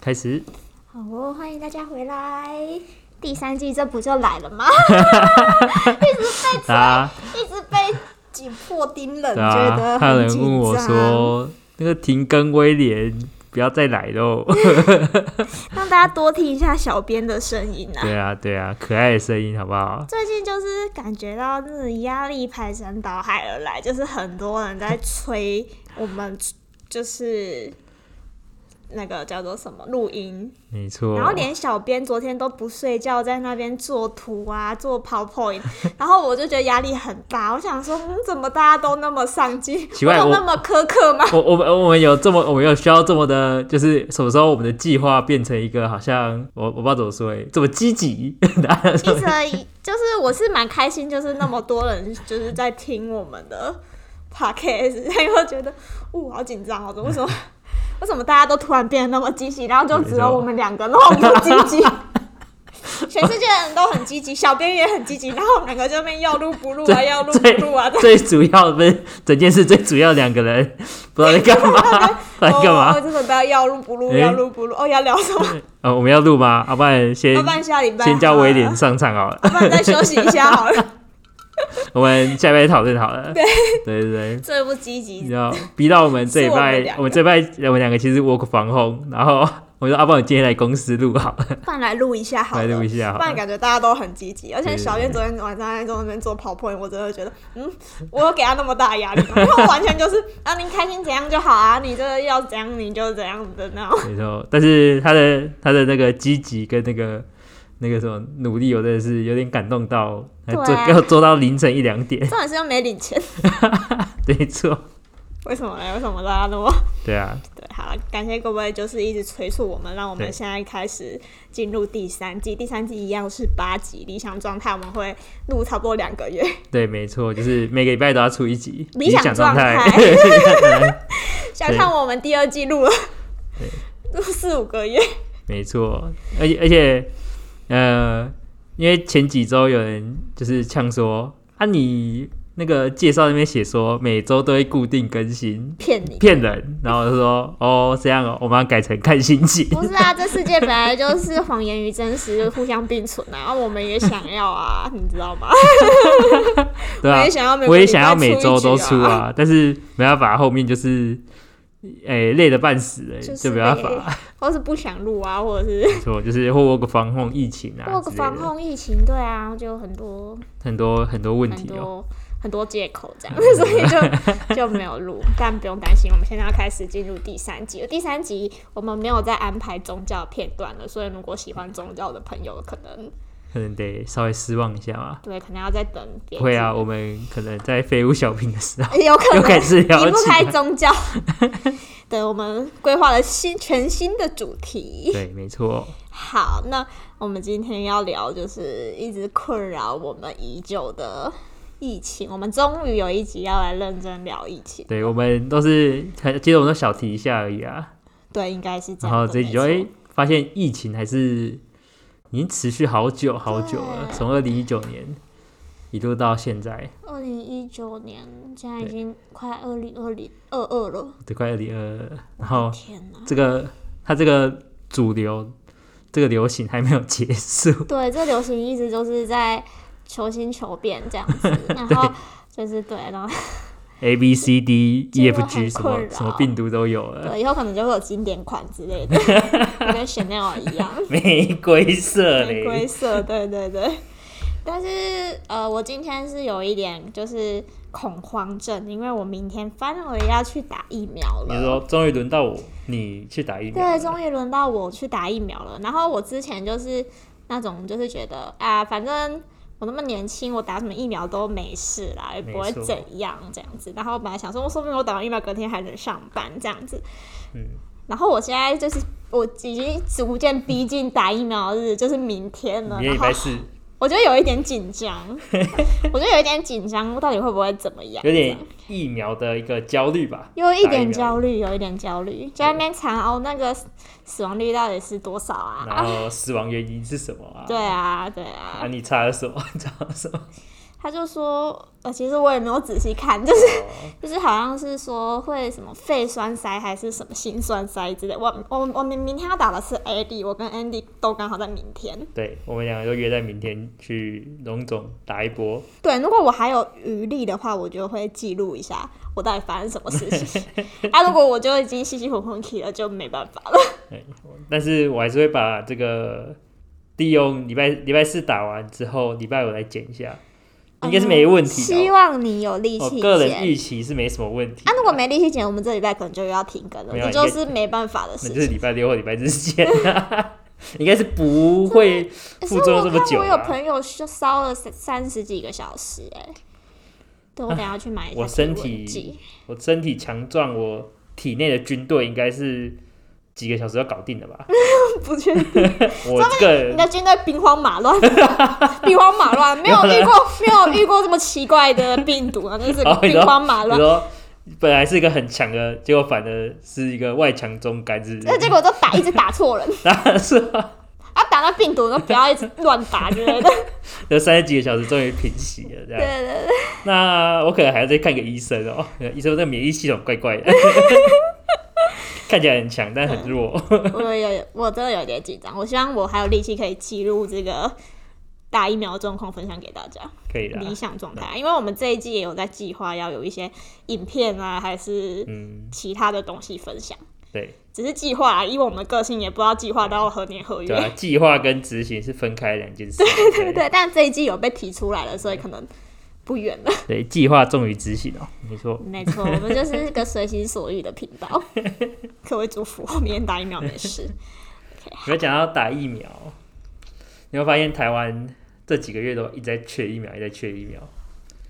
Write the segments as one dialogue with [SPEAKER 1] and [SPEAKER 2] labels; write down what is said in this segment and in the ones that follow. [SPEAKER 1] 开始。
[SPEAKER 2] 好哦，欢迎大家回来。第三季这不就来 了吗？
[SPEAKER 1] 啊，
[SPEAKER 2] 一直被挤破丁冷，
[SPEAKER 1] 对
[SPEAKER 2] 觉得
[SPEAKER 1] 啊，还有
[SPEAKER 2] 很
[SPEAKER 1] 人
[SPEAKER 2] 紧
[SPEAKER 1] 问我
[SPEAKER 2] 张。
[SPEAKER 1] 说，那个停更威廉不要再来喽。
[SPEAKER 2] 让大家多听一下小编的声音啊。
[SPEAKER 1] 对啊，对啊，可爱的声音好不好？
[SPEAKER 2] 最近就是感觉到那种压力排山倒海而来，就是很多人在催我们，就是那个叫做什么录音，
[SPEAKER 1] 没错
[SPEAKER 2] 然。后连小编昨天都不睡觉，在那边做图啊，做 PowerPoint，然 后我就觉得压力很大。我想说，嗯，怎么大家都那么上进，
[SPEAKER 1] 奇怪
[SPEAKER 2] 我有
[SPEAKER 1] 我
[SPEAKER 2] 那么苛刻吗？
[SPEAKER 1] 我我们我们有这么我们有需要这么的，就是什么时候我们的计划变成一个好像我我不知道怎么说哎、这么积极，
[SPEAKER 2] 一直就是我是蛮开心，就是那么多人就是在听我们的 podcast，然后觉得，呜、好紧张哦，怎么为什么？ 为什么大家都突然变得那么积极，然后就只有我们两个那么不积极？ 全世界的人都很积极，小编也很积极，然后我们两个这边要录不录啊，
[SPEAKER 1] 最
[SPEAKER 2] 要录不
[SPEAKER 1] 最
[SPEAKER 2] 录啊，这
[SPEAKER 1] 最主要的不是整件事最主要两个人不知道在干嘛，在干
[SPEAKER 2] 哦
[SPEAKER 1] 嘛
[SPEAKER 2] 哦？这个不要要录不录，
[SPEAKER 1] 诶
[SPEAKER 2] 要录不录，哦，要聊什么？
[SPEAKER 1] 呃，我们要录吗？要、不然先
[SPEAKER 2] 要哦不然下礼拜
[SPEAKER 1] 先叫
[SPEAKER 2] 好了啊
[SPEAKER 1] 威廉，上场好了，
[SPEAKER 2] 要不然再休息一下 好了。
[SPEAKER 1] 我们下礼拜讨论好 了。对对对对。
[SPEAKER 2] 最不 积极，
[SPEAKER 1] 要逼到我们这一
[SPEAKER 2] 是我们
[SPEAKER 1] 拜
[SPEAKER 2] 两，
[SPEAKER 1] 我
[SPEAKER 2] 个
[SPEAKER 1] 们这一拜我们两个其实 work from home，然后我说阿邦，你今天来公司录好了，
[SPEAKER 2] 不然来录一下好
[SPEAKER 1] 来
[SPEAKER 2] 了
[SPEAKER 1] 录。一下好
[SPEAKER 2] 不然
[SPEAKER 1] 了。
[SPEAKER 2] 感觉大家都很积极，而且
[SPEAKER 1] 对
[SPEAKER 2] 小燕昨天晚上在那边做 PowerPoint，我真的觉得，嗯，我有给他那么大的压力吗？因为我完全就是 啊，您开心怎样就好啊，你这个要怎样你就怎样的那种。
[SPEAKER 1] 没错，但是他的他的那个积极跟那个那个什么努力，我真的是有点感动到，还
[SPEAKER 2] 对啊
[SPEAKER 1] 做要做到凌晨一两点，
[SPEAKER 2] 重点是又没领钱，
[SPEAKER 1] 没错，
[SPEAKER 2] 为什么呢？为什么大家那么？
[SPEAKER 1] 对啊，
[SPEAKER 2] 对，好了，感谢各位，就是一直催促我们，让我们
[SPEAKER 1] 对
[SPEAKER 2] 现在开始进入第三季。第三季一样是八集，理想状态我们会录差不多两个月。
[SPEAKER 1] 对，没错，就是每个礼拜都要出一集
[SPEAKER 2] 理想
[SPEAKER 1] 状
[SPEAKER 2] 状 态
[SPEAKER 1] 理想状态
[SPEAKER 2] 想看我们第二季录了，录四五个月，
[SPEAKER 1] 没错，而且而且，呃，因为前几周有人就是呛说啊，你那个介绍那边写说每周都会固定更新，
[SPEAKER 2] 骗你。
[SPEAKER 1] 骗人。然后我就说哦，这样哦，我们要改成看心情。
[SPEAKER 2] 不是啊，这世界本来就是谎言与真实互相并存啊，我们也想要 啊，你知道吗？
[SPEAKER 1] 对
[SPEAKER 2] 我
[SPEAKER 1] 啊
[SPEAKER 2] 也，想要每，
[SPEAKER 1] 我也想要每周都出
[SPEAKER 2] 出啊。
[SPEAKER 1] 啊，但是没办法，后面就是。哎、累得半死哎、
[SPEAKER 2] 就是
[SPEAKER 1] 就没办
[SPEAKER 2] 累
[SPEAKER 1] 法，
[SPEAKER 2] 或是不想录啊，或者是
[SPEAKER 1] 没错，就是或 work 防控疫情啊，
[SPEAKER 2] 过个防，控疫情，对啊，就有很多
[SPEAKER 1] 很多很多问
[SPEAKER 2] 很
[SPEAKER 1] 题哦、
[SPEAKER 2] 多很多借口这样， 所以就就没有录。但不用担心，我们现在要开始进入第三集了。第三集我们没有再安排宗教片段了，所以如果喜欢宗教的朋友，可能
[SPEAKER 1] 可能得稍微失望一下嘛。
[SPEAKER 2] 对，可能要再等别
[SPEAKER 1] 会啊，
[SPEAKER 2] 集
[SPEAKER 1] 我们可能在废物小品的时 候
[SPEAKER 2] 有可
[SPEAKER 1] 又
[SPEAKER 2] 能
[SPEAKER 1] 开始 聊
[SPEAKER 2] 离不
[SPEAKER 1] 起
[SPEAKER 2] 开
[SPEAKER 1] 来。
[SPEAKER 2] 宗教。对，我们规划了新全新的主题。
[SPEAKER 1] 对，没错，
[SPEAKER 2] 好，那我们今天要聊就是一直困扰我们已久的疫情。我们终于有一集要来认真聊疫情，
[SPEAKER 1] 对我们都是很，其实我们都小提一下而已啊。
[SPEAKER 2] 对，应该是这
[SPEAKER 1] 然
[SPEAKER 2] 样的。
[SPEAKER 1] 后这一集就哎、
[SPEAKER 2] 没错
[SPEAKER 1] 发现疫情还是已经持续好久好久了，
[SPEAKER 2] 对
[SPEAKER 1] 从二零一九年一路到现在，
[SPEAKER 2] 二零一九年，现在已
[SPEAKER 1] 对
[SPEAKER 2] 经快二零二零二二了，
[SPEAKER 1] 都快二零二二，然后
[SPEAKER 2] 天哪！
[SPEAKER 1] 这个它这个主流这个流行还没有结束，
[SPEAKER 2] 对，这流行一直就是在求新求变这样 子，然后就是对，然后
[SPEAKER 1] A B C D E F G
[SPEAKER 2] 真的
[SPEAKER 1] 什
[SPEAKER 2] 很
[SPEAKER 1] 么
[SPEAKER 2] 困扰
[SPEAKER 1] 什么病毒都有了，
[SPEAKER 2] 对，以后可能就会有经典款之类 的，就跟 Chanel 一样，
[SPEAKER 1] 玫瑰色
[SPEAKER 2] 玫瑰
[SPEAKER 1] 嘞，
[SPEAKER 2] 色，对对对。但是呃，我今天是有一点就是恐慌症，因为我明天 finally 要去打疫苗
[SPEAKER 1] 你
[SPEAKER 2] 了。
[SPEAKER 1] 说终于轮到我，你去打疫苗了，
[SPEAKER 2] 对，终于轮到我去打疫苗了。然后我之前就是那种就是觉得啊，反正我那么年轻，我打什么疫苗都没事啦，也不会
[SPEAKER 1] 没错
[SPEAKER 2] 怎样这样子。然后我本来想说，我说不定我打完疫苗隔天还能上班这样子。
[SPEAKER 1] 嗯。
[SPEAKER 2] 然后我现在就是我已经逐渐逼近打疫苗日，就是明天了。
[SPEAKER 1] 明天
[SPEAKER 2] 然
[SPEAKER 1] 礼
[SPEAKER 2] 后
[SPEAKER 1] 拜四，
[SPEAKER 2] 我就有一点 紧张，我就有一点紧张，到底会不会怎么样？
[SPEAKER 1] 有点疫苗的一个焦虑吧，
[SPEAKER 2] 有一
[SPEAKER 1] 打疫
[SPEAKER 2] 点
[SPEAKER 1] 苗
[SPEAKER 2] 焦虑，有一点焦虑，在那边查哦，那个死亡率到底是多少啊？
[SPEAKER 1] 然后死亡原因是什么啊？
[SPEAKER 2] 对啊，对啊
[SPEAKER 1] 啊，，你查了什么？你查了什么？
[SPEAKER 2] 他就说，呃，其实我也没有仔细看，就是 就是好像是说会什么肺栓塞还是什么心栓塞之类。我我我明明天要打的是 AD，我跟 Andy 都刚好在明天。
[SPEAKER 1] 对我们两个都约在明天去龙总打一波。
[SPEAKER 2] 对，如果我还有余力的话，我就会记录一下我到底发生什么事 情。啊，如果我就已经稀稀混混起了，就没办法了。
[SPEAKER 1] 但是我还是会把这个利用礼拜礼拜四打完之后，礼拜五来剪一下，应该是没问题
[SPEAKER 2] 哦希
[SPEAKER 1] 的。哦
[SPEAKER 2] 望你有力
[SPEAKER 1] 我
[SPEAKER 2] 气
[SPEAKER 1] 个
[SPEAKER 2] 减
[SPEAKER 1] 人预期是没什么问题的。
[SPEAKER 2] 啊，如果没力气剪，我们这礼拜可能就又要停更了，
[SPEAKER 1] 没有啊
[SPEAKER 2] 这就是没办法的
[SPEAKER 1] 那
[SPEAKER 2] 事
[SPEAKER 1] 就是
[SPEAKER 2] 情。
[SPEAKER 1] 礼拜六或礼拜日 见、应该是不会
[SPEAKER 2] 所
[SPEAKER 1] 附
[SPEAKER 2] 以
[SPEAKER 1] 中
[SPEAKER 2] 我
[SPEAKER 1] 这么
[SPEAKER 2] 看
[SPEAKER 1] 久、
[SPEAKER 2] 我有
[SPEAKER 1] 啊。
[SPEAKER 2] 朋友就烧了三三十几个小时、哎，对我等一下去买一下
[SPEAKER 1] 啊我身
[SPEAKER 2] 体
[SPEAKER 1] 体
[SPEAKER 2] 温计
[SPEAKER 1] 我身体强壮，我体内的军队应该是几个小时要搞定的 吧？
[SPEAKER 2] 不确定，
[SPEAKER 1] 我这个
[SPEAKER 2] 你的军队兵荒 马乱，兵荒马乱，没有遇过没有遇过这么奇怪的病毒啊，真是
[SPEAKER 1] 哦你知道
[SPEAKER 2] 兵荒马
[SPEAKER 1] 你
[SPEAKER 2] 乱。
[SPEAKER 1] 说本来是一个很强的，结果反而是一个外强中干，是不
[SPEAKER 2] 那
[SPEAKER 1] 是？
[SPEAKER 2] 结果都打一直打错人，
[SPEAKER 1] 那是啊
[SPEAKER 2] 啊，打到病毒都不要一直乱打之 类的。
[SPEAKER 1] 那三十几个小时终于平息了，这
[SPEAKER 2] 对
[SPEAKER 1] 样。
[SPEAKER 2] 对对，
[SPEAKER 1] 那我可能还要再看个医生哦，医生这个免疫系统怪 怪的，看起来很强，但很 弱。
[SPEAKER 2] 我有我真的有点紧张，我希望我还有力气可以记录这个打疫苗的状况，分享给大家。
[SPEAKER 1] 可以啦，
[SPEAKER 2] 理想状态啊，因为我们这一季也有在计划要有一些影片啊，还是
[SPEAKER 1] 嗯，
[SPEAKER 2] 其他的东西分享。
[SPEAKER 1] 对
[SPEAKER 2] 只是计划、啊，以我们的个性也不知道计划到何年何月，
[SPEAKER 1] 对啊，计划跟执行是分开两件事。
[SPEAKER 2] 对 对。但这一季有被提出来了，所以可能不远了。
[SPEAKER 1] 对，计划重于执行哦，没错。
[SPEAKER 2] 没错，我们就是个随心所欲的频 道。各位祝福我，明天打疫苗没事。
[SPEAKER 1] 你要讲到打疫苗，你会发现台湾这几个月都一直在缺疫苗，一直在缺疫苗。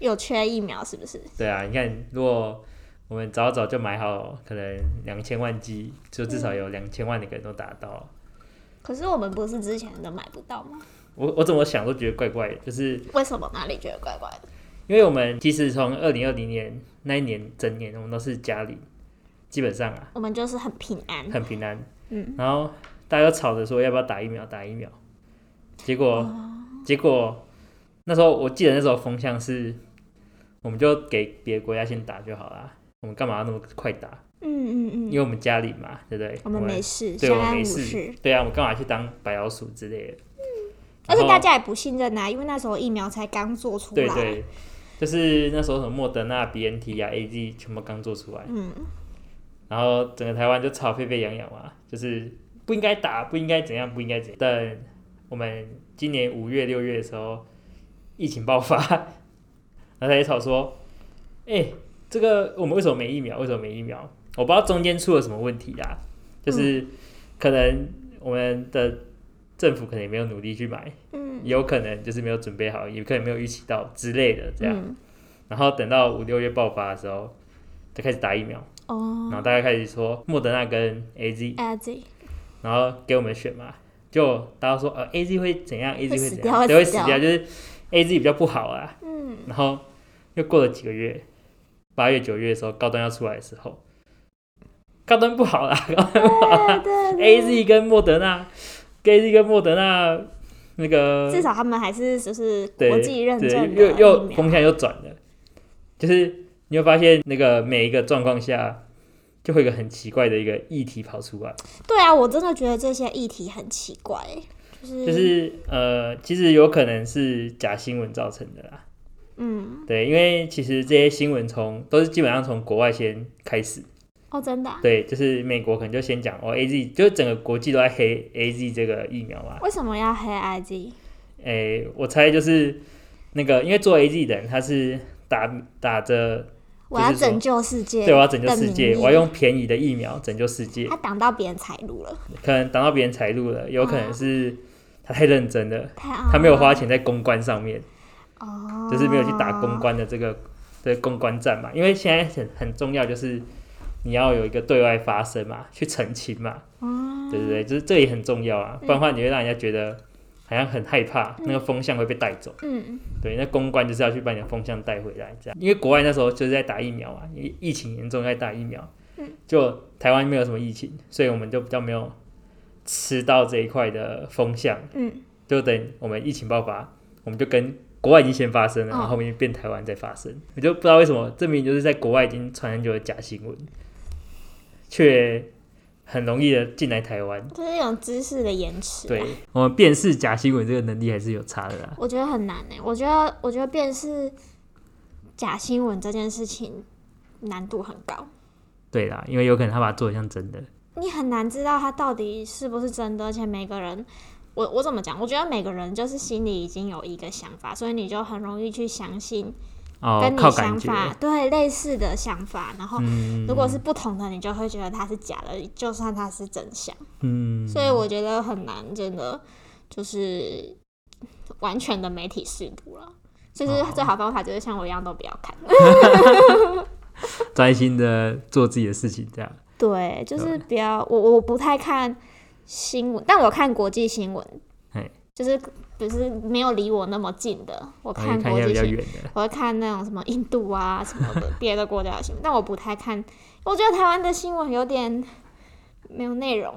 [SPEAKER 2] 有缺疫苗是不是？
[SPEAKER 1] 对啊，你看，如果我们早早就买好，可能两千万剂，就至少有两千万的个人都打到了。
[SPEAKER 2] 可是我们不是之前都买不到吗？
[SPEAKER 1] 我我怎么想都觉得怪怪的，就是
[SPEAKER 2] 为什么哪里觉得怪怪的？
[SPEAKER 1] 因为我们其实从二零二零年那一年整年，我们都是家里基本上啊
[SPEAKER 2] 我们就是很平安，
[SPEAKER 1] 很平安，
[SPEAKER 2] 嗯，
[SPEAKER 1] 然后大家都吵着说要不要打疫苗，打疫苗，结果、
[SPEAKER 2] 哦
[SPEAKER 1] 结果那时候我记得那时候风向是，我们就给别的国家先打就好啦，我们干嘛要那么快打？
[SPEAKER 2] 嗯嗯
[SPEAKER 1] 因
[SPEAKER 2] 嗯，
[SPEAKER 1] 为我们家里嘛，对不对？
[SPEAKER 2] 我们没事，
[SPEAKER 1] 对，我
[SPEAKER 2] 相
[SPEAKER 1] 们
[SPEAKER 2] 安
[SPEAKER 1] 没
[SPEAKER 2] 无
[SPEAKER 1] 事
[SPEAKER 2] 事。，嗯
[SPEAKER 1] 对啊，我们干嘛去当白老鼠之类的？
[SPEAKER 2] 而
[SPEAKER 1] 然
[SPEAKER 2] 且
[SPEAKER 1] 后
[SPEAKER 2] 大家也不信任啊，因为那时候疫苗才刚做出来。
[SPEAKER 1] 对对，就是那时候什么莫德纳、BNT 啊、AZ 全部刚做出来，
[SPEAKER 2] 嗯，
[SPEAKER 1] 然后整个台湾就吵沸沸扬扬嘛，就是不应该打，不应该怎样，不应该怎样。等我们今年五月、六月的时候，疫情爆发， 然后他就吵说：“哎、这个我们为什么没疫苗？为什么没疫苗？”我不知道中间出了什么问题啊，就是可能我们的政府可能也没有努力去买，
[SPEAKER 2] 嗯，
[SPEAKER 1] 也有可能就是没有准备好，也可能没有预期到之类的这样。
[SPEAKER 2] 嗯
[SPEAKER 1] 然后等到五六月爆发的时候，就开始打疫苗。
[SPEAKER 2] 哦，
[SPEAKER 1] 然后大家开始说莫德纳跟 A Z，
[SPEAKER 2] 哎，这
[SPEAKER 1] 然后给我们选嘛，就大家说呃 A Z 会怎样，A Z 会
[SPEAKER 2] 会死
[SPEAKER 1] 怎
[SPEAKER 2] 掉
[SPEAKER 1] 样，
[SPEAKER 2] 会
[SPEAKER 1] 都会
[SPEAKER 2] 死
[SPEAKER 1] 死
[SPEAKER 2] 掉
[SPEAKER 1] 掉，就是 A Z 比较不好啊。
[SPEAKER 2] 嗯，
[SPEAKER 1] 然后又过了几个月，八月九月的时候，高端要出来的时候，高端不好啦， 高端不好
[SPEAKER 2] 对
[SPEAKER 1] 啦
[SPEAKER 2] 对
[SPEAKER 1] ，A
[SPEAKER 2] 对，
[SPEAKER 1] Z 跟莫德纳，A Z 跟莫德纳那个
[SPEAKER 2] 至少他们还是就是
[SPEAKER 1] 呃对
[SPEAKER 2] 国际认
[SPEAKER 1] 对
[SPEAKER 2] 证的
[SPEAKER 1] 又又
[SPEAKER 2] 疫苗
[SPEAKER 1] 风向又转了，就是你会发现那个每一个状况下，就会有一个很奇怪的一个议题跑出来，
[SPEAKER 2] 对啊，我真的觉得这些议题很奇怪，欸就是
[SPEAKER 1] 就是呃，其实有可能是假新闻造成的啦。
[SPEAKER 2] 嗯，
[SPEAKER 1] 对，因为其实这些新闻从都是基本上从国外先开始，
[SPEAKER 2] 哦，真的啊、
[SPEAKER 1] 对，就是美国可能就先讲哦，A Z，就是整个国际都在黑 A Z 这个疫苗嘛。
[SPEAKER 2] 为什么要黑 I G？
[SPEAKER 1] 诶、我猜就是那个，因为做 A Z 的人他是打打着
[SPEAKER 2] 我要
[SPEAKER 1] 就是说
[SPEAKER 2] 拯救世界，
[SPEAKER 1] 对我要拯救世
[SPEAKER 2] 的
[SPEAKER 1] 界，
[SPEAKER 2] 名义
[SPEAKER 1] 我要用便宜的疫苗拯救世界
[SPEAKER 2] 他，挡到别人财路了，
[SPEAKER 1] 可能挡到别人财路了，有可能是他太认真了，
[SPEAKER 2] 太啊
[SPEAKER 1] 他没有花钱在公关上面，
[SPEAKER 2] 哦，
[SPEAKER 1] 就是没有去打公关的这个这个公关战嘛，因为现在很很重要，就是你要有一个对外发声嘛，去澄清嘛，
[SPEAKER 2] 嗯，
[SPEAKER 1] 对对对，就是这也很重要啊，不然的话你会让人家觉得好像很害怕，那个风向会被带走。
[SPEAKER 2] 嗯，
[SPEAKER 1] 对，那公关就是要去把你的风向带回来，这样，因为国外那时候就是在打疫苗啊，疫疫情严重在打疫苗，就台湾没有什么疫情，所以我们就比较没有吃到这一块的风向，
[SPEAKER 2] 嗯，
[SPEAKER 1] 就等我们疫情爆发，我们就跟国外已经先发生了，然后
[SPEAKER 2] 嗯
[SPEAKER 1] 后面变台湾再发生，我就不知道为什么，这明明就是在国外已经传很久的假新闻，却很容易的进来台湾。
[SPEAKER 2] 这是一种知识的延迟、啊。
[SPEAKER 1] 对，我们辨识假新闻这个能力还是有差的啦。
[SPEAKER 2] 我觉得很难欸诶、我觉得我觉得辨识假新闻这件事情难度很高，
[SPEAKER 1] 对啦，因为有可能他把它做的像真的。
[SPEAKER 2] 你很难知道它到底是不是真的，而且每个人。我我怎么讲？我觉得每个人就是心里已经有一个想法，所以你就很容易去相信
[SPEAKER 1] 哦
[SPEAKER 2] 跟，你
[SPEAKER 1] 靠感
[SPEAKER 2] 想
[SPEAKER 1] 觉，
[SPEAKER 2] 法、对类似的想法，然后
[SPEAKER 1] 嗯
[SPEAKER 2] 如果是不同的，你就会觉得它是假的，就算它是真相。
[SPEAKER 1] 嗯，
[SPEAKER 2] 所以我觉得很难，真的就是完全的媒体试读了。就是
[SPEAKER 1] 哦
[SPEAKER 2] 最好方法就是像我一样都不要看。
[SPEAKER 1] 专心的做自己的事情，这样。
[SPEAKER 2] 对，就是不要我我不太看新闻，但我看国际新闻
[SPEAKER 1] 嘿，
[SPEAKER 2] 就是不是没有离我那么近的，我
[SPEAKER 1] 然后
[SPEAKER 2] 看
[SPEAKER 1] 哦就看
[SPEAKER 2] 国
[SPEAKER 1] 一下
[SPEAKER 2] 际
[SPEAKER 1] 比较
[SPEAKER 2] 新闻。
[SPEAKER 1] 远的，
[SPEAKER 2] 我会看那种什么印度啊什么的别的国家的新闻，但我不太看。我觉得台湾的新闻有点没有内容，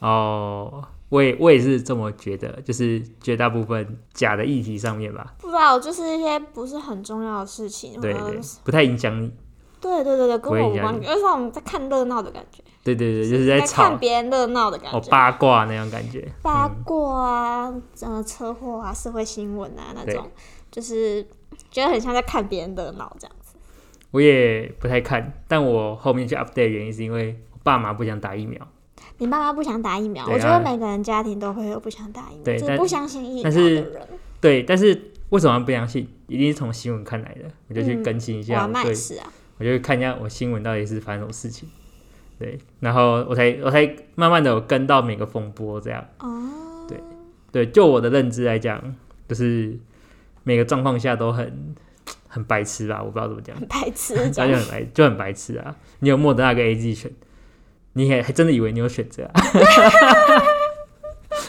[SPEAKER 1] 哦，我也我也是这么觉得，就是绝大部分假的议题上面吧，
[SPEAKER 2] 不知道就是一些不是很重要的事情，
[SPEAKER 1] 对
[SPEAKER 2] 或者
[SPEAKER 1] 对
[SPEAKER 2] 是，
[SPEAKER 1] 不太影响你，
[SPEAKER 2] 对对对对，跟
[SPEAKER 1] 不会
[SPEAKER 2] 我无
[SPEAKER 1] 影响
[SPEAKER 2] 关，
[SPEAKER 1] 你
[SPEAKER 2] 有一种在看热闹的感觉，
[SPEAKER 1] 对对对，就是在
[SPEAKER 2] 在看
[SPEAKER 1] 吵
[SPEAKER 2] 别人热闹的感
[SPEAKER 1] 哦
[SPEAKER 2] 觉，
[SPEAKER 1] 八卦那样感觉，
[SPEAKER 2] 八卦啊，呃，车祸啊，社会新闻啊那
[SPEAKER 1] 对
[SPEAKER 2] 种，就是觉得很像在看别人热闹这样子。
[SPEAKER 1] 我也不太看，但我后面去 update 的原因是因为我爸妈不想打疫苗，
[SPEAKER 2] 你爸妈不想打疫苗，
[SPEAKER 1] 对
[SPEAKER 2] 我觉得
[SPEAKER 1] 啊
[SPEAKER 2] 每个人家庭都会有不想打疫苗，
[SPEAKER 1] 对
[SPEAKER 2] 就是
[SPEAKER 1] 但
[SPEAKER 2] 不相信疫苗
[SPEAKER 1] 但
[SPEAKER 2] 的
[SPEAKER 1] 是
[SPEAKER 2] 人。
[SPEAKER 1] 对，但是为什么不相信？一定是从新闻看来的，我就去
[SPEAKER 2] 嗯
[SPEAKER 1] 更新一
[SPEAKER 2] 我
[SPEAKER 1] 下，
[SPEAKER 2] 阿
[SPEAKER 1] 我
[SPEAKER 2] 妈
[SPEAKER 1] 对
[SPEAKER 2] 也是啊，
[SPEAKER 1] 我就会看一下我新闻到底是发生什么事情，对，然后我才我才慢慢的有跟到每个风波这样，
[SPEAKER 2] 哦，
[SPEAKER 1] 对对，就我的认知来讲，就是每个状况下都很很白痴吧，我不知道怎么讲，
[SPEAKER 2] 很 白痴这
[SPEAKER 1] 大家
[SPEAKER 2] 样。
[SPEAKER 1] 就很白就很白痴啊，你有莫德纳跟 A G 选，你还还真的以为你有选择啊？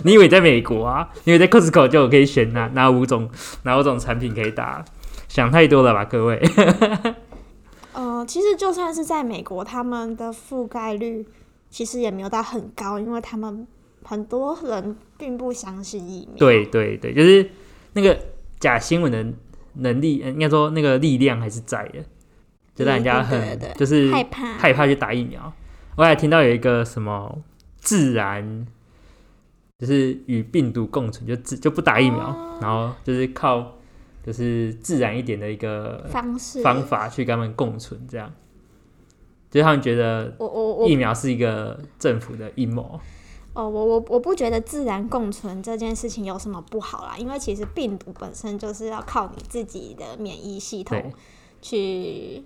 [SPEAKER 1] 你以为你在美国啊？你以为在 Costco 就有可以选哪哪五种哪五种产品可以打？想太多了吧，各位。
[SPEAKER 2] 呃，其实就算是在美国，他们的覆盖率其实也没有到很高，因为他们很多人并不相信疫苗。
[SPEAKER 1] 对对对，就是那个假新闻的能力，呃应该说那个力量还是在的，就让人家
[SPEAKER 2] 嗯
[SPEAKER 1] 很
[SPEAKER 2] 对对对
[SPEAKER 1] 就是
[SPEAKER 2] 害怕，啊
[SPEAKER 1] 害怕去打疫苗。我还听到有一个什么自然，就是与病毒共存，就自就不打疫苗，
[SPEAKER 2] 哦
[SPEAKER 1] 然后就是靠就是自然一点的一个
[SPEAKER 2] 方式
[SPEAKER 1] 方法去跟他们共存，这样。就是他们觉得
[SPEAKER 2] 我我我
[SPEAKER 1] 疫苗是一个政府的阴谋，
[SPEAKER 2] 哦，我我我不觉得自然共存这件事情有什么不好啦，因为其实病毒本身就是要靠你自己的免疫系
[SPEAKER 1] 对
[SPEAKER 2] 统去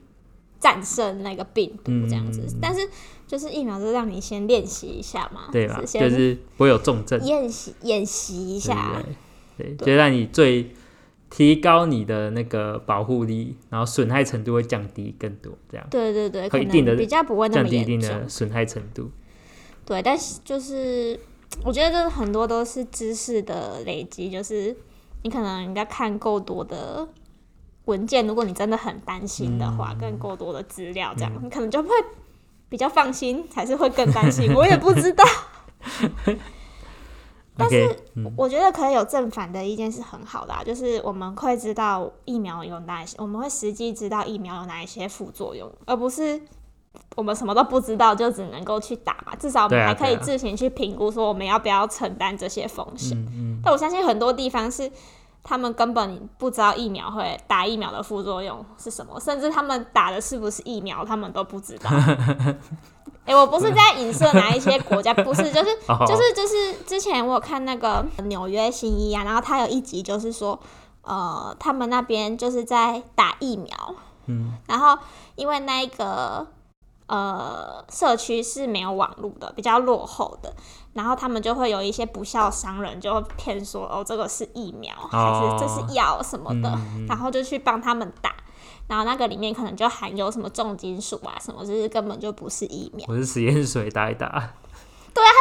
[SPEAKER 2] 战胜那个病毒这样子。
[SPEAKER 1] 嗯
[SPEAKER 2] 但是就是疫苗，就让你先练习一下嘛，
[SPEAKER 1] 对吧？就
[SPEAKER 2] 先
[SPEAKER 1] 是不会有重症，
[SPEAKER 2] 演习演习一下。
[SPEAKER 1] 对不对，对，就让你最提高你的那个保护力，然后损害程度会降低更多，这样
[SPEAKER 2] 对对对，
[SPEAKER 1] 和
[SPEAKER 2] 可
[SPEAKER 1] 一定的
[SPEAKER 2] 能比较不会那
[SPEAKER 1] 降
[SPEAKER 2] 么
[SPEAKER 1] 低一
[SPEAKER 2] 严
[SPEAKER 1] 定
[SPEAKER 2] 重
[SPEAKER 1] 的。损害程度。
[SPEAKER 2] 对，但是就是我觉得就是很多都是知识的累积，就是你可能要看够多的文件，如果你真的很担心的话，更够多的资料，这样、你可能就会比较放心，还是会更担心。我也不知道，但
[SPEAKER 1] OK，
[SPEAKER 2] 是我觉得可以有正反的意见是很好的、啊，就是我们会知道疫苗有哪一些，我们会实际知道疫苗有哪一些副作用，而不是我们什么都不知道就只能够去打嘛。至少我
[SPEAKER 1] 对
[SPEAKER 2] 们
[SPEAKER 1] 啊
[SPEAKER 2] 还可以
[SPEAKER 1] 对啊
[SPEAKER 2] 自行去评估说我们要不要承担这些风险。
[SPEAKER 1] 嗯嗯，
[SPEAKER 2] 但我相信很多地方是他们根本不知道疫苗会打疫苗的副作用是什么，甚至他们打的是不是疫苗，他们都不知 道。哎、我不是在影射哪一些国家，不是，就是
[SPEAKER 1] 哦
[SPEAKER 2] 就是就是之前我有看那个纽约新医啊，然后他有一集就是说，呃，他们那边就是在打疫苗，
[SPEAKER 1] 嗯，
[SPEAKER 2] 然后因为那一个呃社区是没有网络的，比较落后的，然后他们就会有一些不孝商人就会骗说哦这个是疫苗，还是这是药什么的，
[SPEAKER 1] 哦嗯
[SPEAKER 2] 然后就去帮他们打。然后那个里面可能就含有什么重金属啊，什么就是根本就不是疫苗。
[SPEAKER 1] 我是实验水打一 打，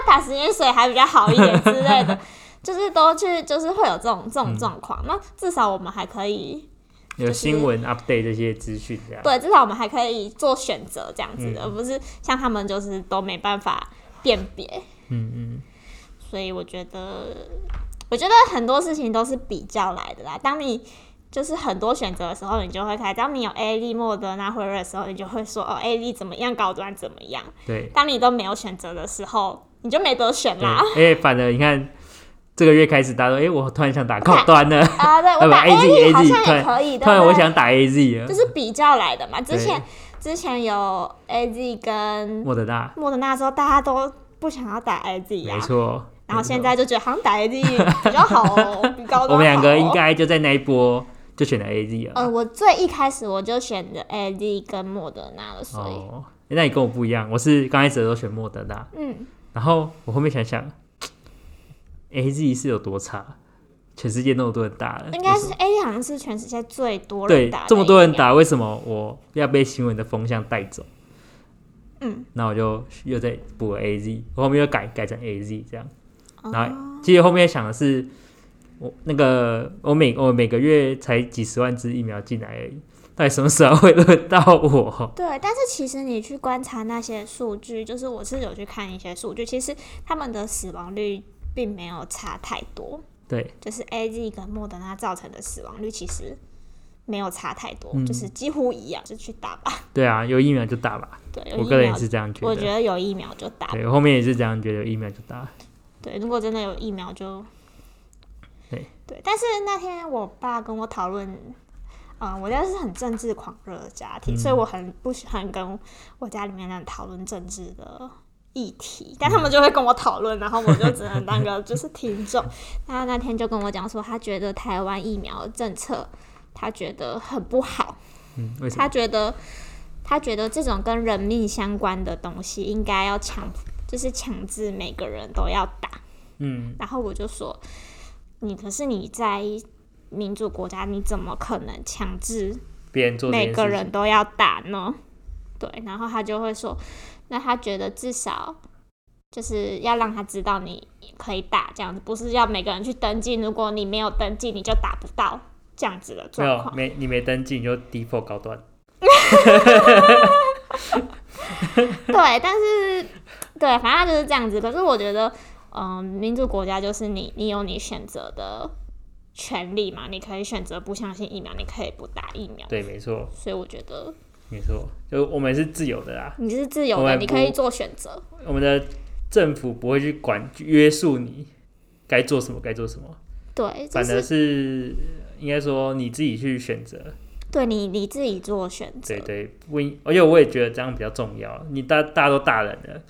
[SPEAKER 2] 打食盐水还比较好一点之 类的，就是都去，就是会有这种这种
[SPEAKER 1] 嗯
[SPEAKER 2] 状况。那至少我们还可以，
[SPEAKER 1] 有
[SPEAKER 2] 是
[SPEAKER 1] 新闻 update 这些资讯，这样
[SPEAKER 2] 对，至少我们还可以做选择这样子
[SPEAKER 1] 嗯
[SPEAKER 2] 的，而不是像他们就是都没办法辨别。
[SPEAKER 1] 嗯嗯，
[SPEAKER 2] 所以我觉得，我觉得很多事情都是比较来的啦。当你就是很多选择的时候，你就会开。当你有 A、利莫德纳、辉瑞的时候，你就会说哦，A、利怎么样，高端怎么样。
[SPEAKER 1] 对，
[SPEAKER 2] 当你都没有选择的时候，你就没得选
[SPEAKER 1] 对，
[SPEAKER 2] 啦。
[SPEAKER 1] 哎、反而你看这个月开始，大家说，哎、我突然想打高端了，
[SPEAKER 2] 啊，对我打
[SPEAKER 1] 哎不
[SPEAKER 2] A 好
[SPEAKER 1] AZ
[SPEAKER 2] 像也可以，对
[SPEAKER 1] 突然
[SPEAKER 2] 不
[SPEAKER 1] 我
[SPEAKER 2] 对？
[SPEAKER 1] 想打 AZ
[SPEAKER 2] 就
[SPEAKER 1] 了，
[SPEAKER 2] 是比较来的嘛。之
[SPEAKER 1] 对
[SPEAKER 2] 前之前有 AZ 跟
[SPEAKER 1] 莫德纳，
[SPEAKER 2] 莫德纳的时候，大家都不想要打 AZ 呀、
[SPEAKER 1] 没错。
[SPEAKER 2] 然
[SPEAKER 1] 没错
[SPEAKER 2] 后现在就觉得好像打 AZ 比较好哦，比高端好 哦
[SPEAKER 1] 我们两个应。该就在那一波就选了 AZ 了。
[SPEAKER 2] 呃，我最一开始我就选的 AZ 跟莫德纳了，所以、
[SPEAKER 1] 哦，诶那你跟我不一样，我是刚开始的时候选莫德纳，
[SPEAKER 2] 嗯，
[SPEAKER 1] 然后我后面想想，AZ 是有多差，全世界那么多人打了，
[SPEAKER 2] 应该
[SPEAKER 1] 为
[SPEAKER 2] 是
[SPEAKER 1] 什么
[SPEAKER 2] AZ 好像是全世界最多人
[SPEAKER 1] 对
[SPEAKER 2] 打，
[SPEAKER 1] 这么多人
[SPEAKER 2] 的
[SPEAKER 1] 打，为什么我要被新闻的风向带走？
[SPEAKER 2] 疫苗，嗯，
[SPEAKER 1] 那我就又再补了 AZ，我后面又改改成 AZ 这样。
[SPEAKER 2] 哦
[SPEAKER 1] 然后其实后面想的是，我那个我每我每个月才几十万支疫苗进来而已，到底什么时候会轮到我？
[SPEAKER 2] 对，但是其实你去观察那些数据，就是我是有去看一些数据，其实他们的死亡率并没有差太多，
[SPEAKER 1] 对，
[SPEAKER 2] 就是 A Z 跟莫德纳造成的死亡率其实没有差太多，
[SPEAKER 1] 嗯
[SPEAKER 2] 就是几乎一样，就去打吧。
[SPEAKER 1] 对啊，有疫苗就打吧，
[SPEAKER 2] 对，有
[SPEAKER 1] 我
[SPEAKER 2] 疫
[SPEAKER 1] 个人
[SPEAKER 2] 苗
[SPEAKER 1] 也，是这样觉
[SPEAKER 2] 我
[SPEAKER 1] 得。
[SPEAKER 2] 觉得有疫苗就打。
[SPEAKER 1] 对，我后面也是这样觉得，有疫苗就打。
[SPEAKER 2] 对，如果真的有疫苗就，
[SPEAKER 1] 对
[SPEAKER 2] 对。但是那天我爸跟我讨论，嗯、我家是很政治狂热的家庭，
[SPEAKER 1] 嗯
[SPEAKER 2] 所以我很不喜欢跟我家里面的人讨论政治的议题，
[SPEAKER 1] 嗯
[SPEAKER 2] 但他们就会跟我讨论，然后我就只能当个就是 听众。那那天就跟我讲说，他觉得台湾疫苗政策，他觉得很不好，
[SPEAKER 1] 嗯，为什么？
[SPEAKER 2] 他觉得他觉得这种跟人命相关的东西应该要强，就是强制每个人都要打。
[SPEAKER 1] 嗯，
[SPEAKER 2] 然后我就说，你可是你在民主国家，你怎么可能强制
[SPEAKER 1] 别人做这
[SPEAKER 2] 每
[SPEAKER 1] 件
[SPEAKER 2] 个
[SPEAKER 1] 事情，
[SPEAKER 2] 人都要打呢？对，然后他就会说，那他觉得至少就是要让他知道你可以打这样子，不是要每个人去登记，如果你没有登记，你就打不到这样子的
[SPEAKER 1] 没
[SPEAKER 2] 状
[SPEAKER 1] 有
[SPEAKER 2] 况。
[SPEAKER 1] 没你没登记你就 default 高端。
[SPEAKER 2] 对，但是对，反正就是这样子。可是我觉得，嗯，民主国家就是你，你有你选择的权利嘛，你可以选择不相信疫苗，你可以不打疫苗。
[SPEAKER 1] 对，没错，
[SPEAKER 2] 所以我觉得
[SPEAKER 1] 没错，就我们是自由的啦，
[SPEAKER 2] 你是自由
[SPEAKER 1] 我
[SPEAKER 2] 的，
[SPEAKER 1] 还
[SPEAKER 2] 你可以
[SPEAKER 1] 不
[SPEAKER 2] 做选择。
[SPEAKER 1] 我们的政府不会去管约束你该做什么该做什么，
[SPEAKER 2] 对，就
[SPEAKER 1] 反而
[SPEAKER 2] 是
[SPEAKER 1] 是应该说你自己去选择。
[SPEAKER 2] 对你你自己做选择
[SPEAKER 1] 对。对，不应，而且我也觉得这样比较重要。你大大家都大人了，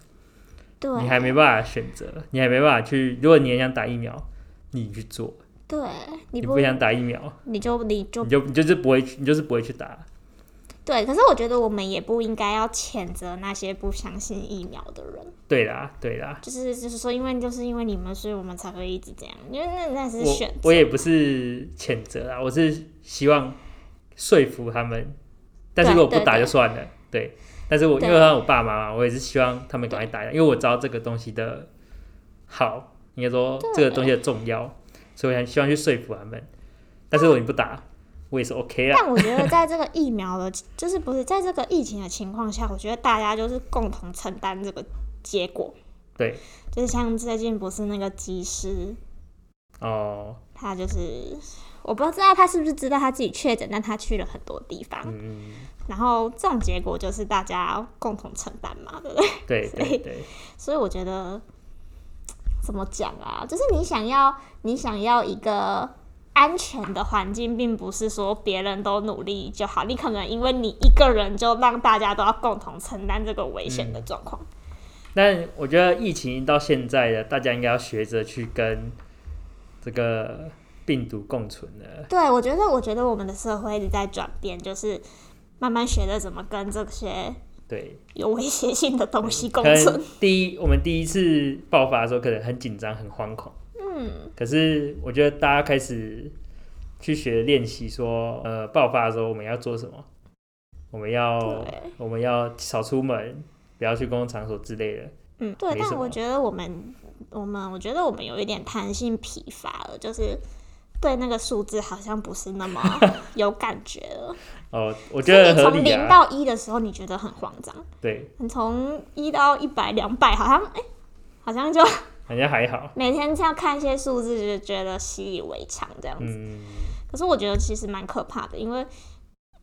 [SPEAKER 2] 对，
[SPEAKER 1] 你还没办法选择，你还没办法去。如果你也想打疫苗，你去做；
[SPEAKER 2] 对，你
[SPEAKER 1] 你
[SPEAKER 2] 不嗯
[SPEAKER 1] 不想打疫苗，
[SPEAKER 2] 你就你就
[SPEAKER 1] 你就你就是不会，你就是不会去打。
[SPEAKER 2] 对。可是我觉得我们也不应该要谴责那些不相信疫苗的人，
[SPEAKER 1] 对啦，对啦，
[SPEAKER 2] 就是就是说，因为就是因为你们，所以我们才会一直这样，因为那那是选
[SPEAKER 1] 我
[SPEAKER 2] 择。
[SPEAKER 1] 我也不是谴责啦，我是希望说服他们。但是
[SPEAKER 2] 对
[SPEAKER 1] 如果
[SPEAKER 2] 对
[SPEAKER 1] 不打
[SPEAKER 2] 对
[SPEAKER 1] 就算了，对。但是我因
[SPEAKER 2] 对
[SPEAKER 1] 为让我爸妈嘛，我也是希望他们赶快打，因为我知道这个东西的好，应该说这个东西的重要，所以我想希望去说服他们。但是如果你不打，我也是 OK 啦。
[SPEAKER 2] 但我觉得在这个疫苗的， 就是不是在这个疫情的情况下，我觉得大家就是共同承担这个结果。
[SPEAKER 1] 对，
[SPEAKER 2] 就是像最近不是那个技师，
[SPEAKER 1] 哦，
[SPEAKER 2] 他就是我不知道他是不是知道他自己确诊，但他去了很多地方，
[SPEAKER 1] 嗯，
[SPEAKER 2] 然后这种结果就是大家共同承担嘛，对不对？
[SPEAKER 1] 对
[SPEAKER 2] 所以
[SPEAKER 1] 对对，
[SPEAKER 2] 所以我觉得怎么讲啊，就是你想要你想要一个安全的环境，并不是说别人都努力就好，你可能因为你一个人就让大家都要共同承担这个危险的状况。
[SPEAKER 1] 但我觉得疫情到现在了，大家应该要学着去跟这个病毒共存了。
[SPEAKER 2] 对，我觉得我觉得我们的社会一直在转变，就是慢慢学着怎么跟这些
[SPEAKER 1] 对，
[SPEAKER 2] 有威胁性的东西共
[SPEAKER 1] 可能
[SPEAKER 2] 存。
[SPEAKER 1] 第一，我们第一次爆发的时候，可能很紧张、很惶恐。嗯。可是我觉得大家开始去学练习，说，呃，爆发的时候我们要做什么？我们要
[SPEAKER 2] 对，
[SPEAKER 1] 我们要少出门，不要去公共场所之类的。
[SPEAKER 2] 嗯，对，
[SPEAKER 1] 没什
[SPEAKER 2] 但我
[SPEAKER 1] 么
[SPEAKER 2] 觉得我们，我们，我觉得我们有一点弹性疲乏了，就是对那个数字好像不是 那么有感觉了。
[SPEAKER 1] 哦，我
[SPEAKER 2] 我
[SPEAKER 1] 觉得
[SPEAKER 2] 你
[SPEAKER 1] 合
[SPEAKER 2] 从
[SPEAKER 1] 理
[SPEAKER 2] 零
[SPEAKER 1] 啊。
[SPEAKER 2] 到一的时候，你觉得很慌张；
[SPEAKER 1] 对，
[SPEAKER 2] 你从一到一百、两百，好像哎、好像就
[SPEAKER 1] 好像还好。
[SPEAKER 2] 每天这样看一些数字，就觉得习以为常这样子。
[SPEAKER 1] 嗯，
[SPEAKER 2] 可是我觉得其实蛮可怕的，因为。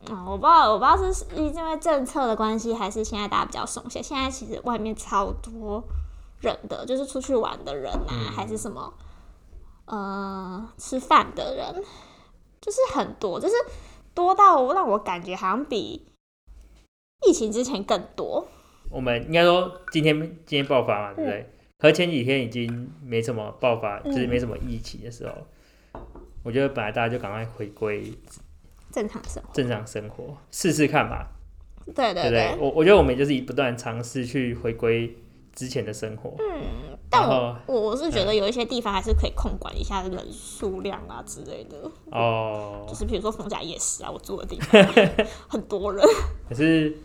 [SPEAKER 2] 嗯，我不知道，我不知道是是因为政策的关系，还是现在大家比较松懈。现在其实外面超多人的，就是出去玩的人啊，
[SPEAKER 1] 嗯
[SPEAKER 2] 还是什么，呃，吃饭的人，就是很多，就是多到让我感觉好像比疫情之前更多。
[SPEAKER 1] 我们应该说今天今天爆发嘛，对不对？
[SPEAKER 2] 嗯
[SPEAKER 1] 和前几天已经没什么爆发，就是没什么疫情的时候，我觉得本来大家就赶快回归
[SPEAKER 2] 正常生活，
[SPEAKER 1] 正常生活，试试看吧，
[SPEAKER 2] 对
[SPEAKER 1] 对
[SPEAKER 2] 对
[SPEAKER 1] 不对
[SPEAKER 2] 对，？
[SPEAKER 1] 我我觉得我们就是不断尝试去回归之前的生活，
[SPEAKER 2] 嗯，但
[SPEAKER 1] 然
[SPEAKER 2] 我
[SPEAKER 1] 后嗯
[SPEAKER 2] 我我是觉得有一些地方还是可以控管一下人数量啊之类的，
[SPEAKER 1] 哦
[SPEAKER 2] 就，是比如说逢甲夜市啊，我住的地方很多人。
[SPEAKER 1] 可是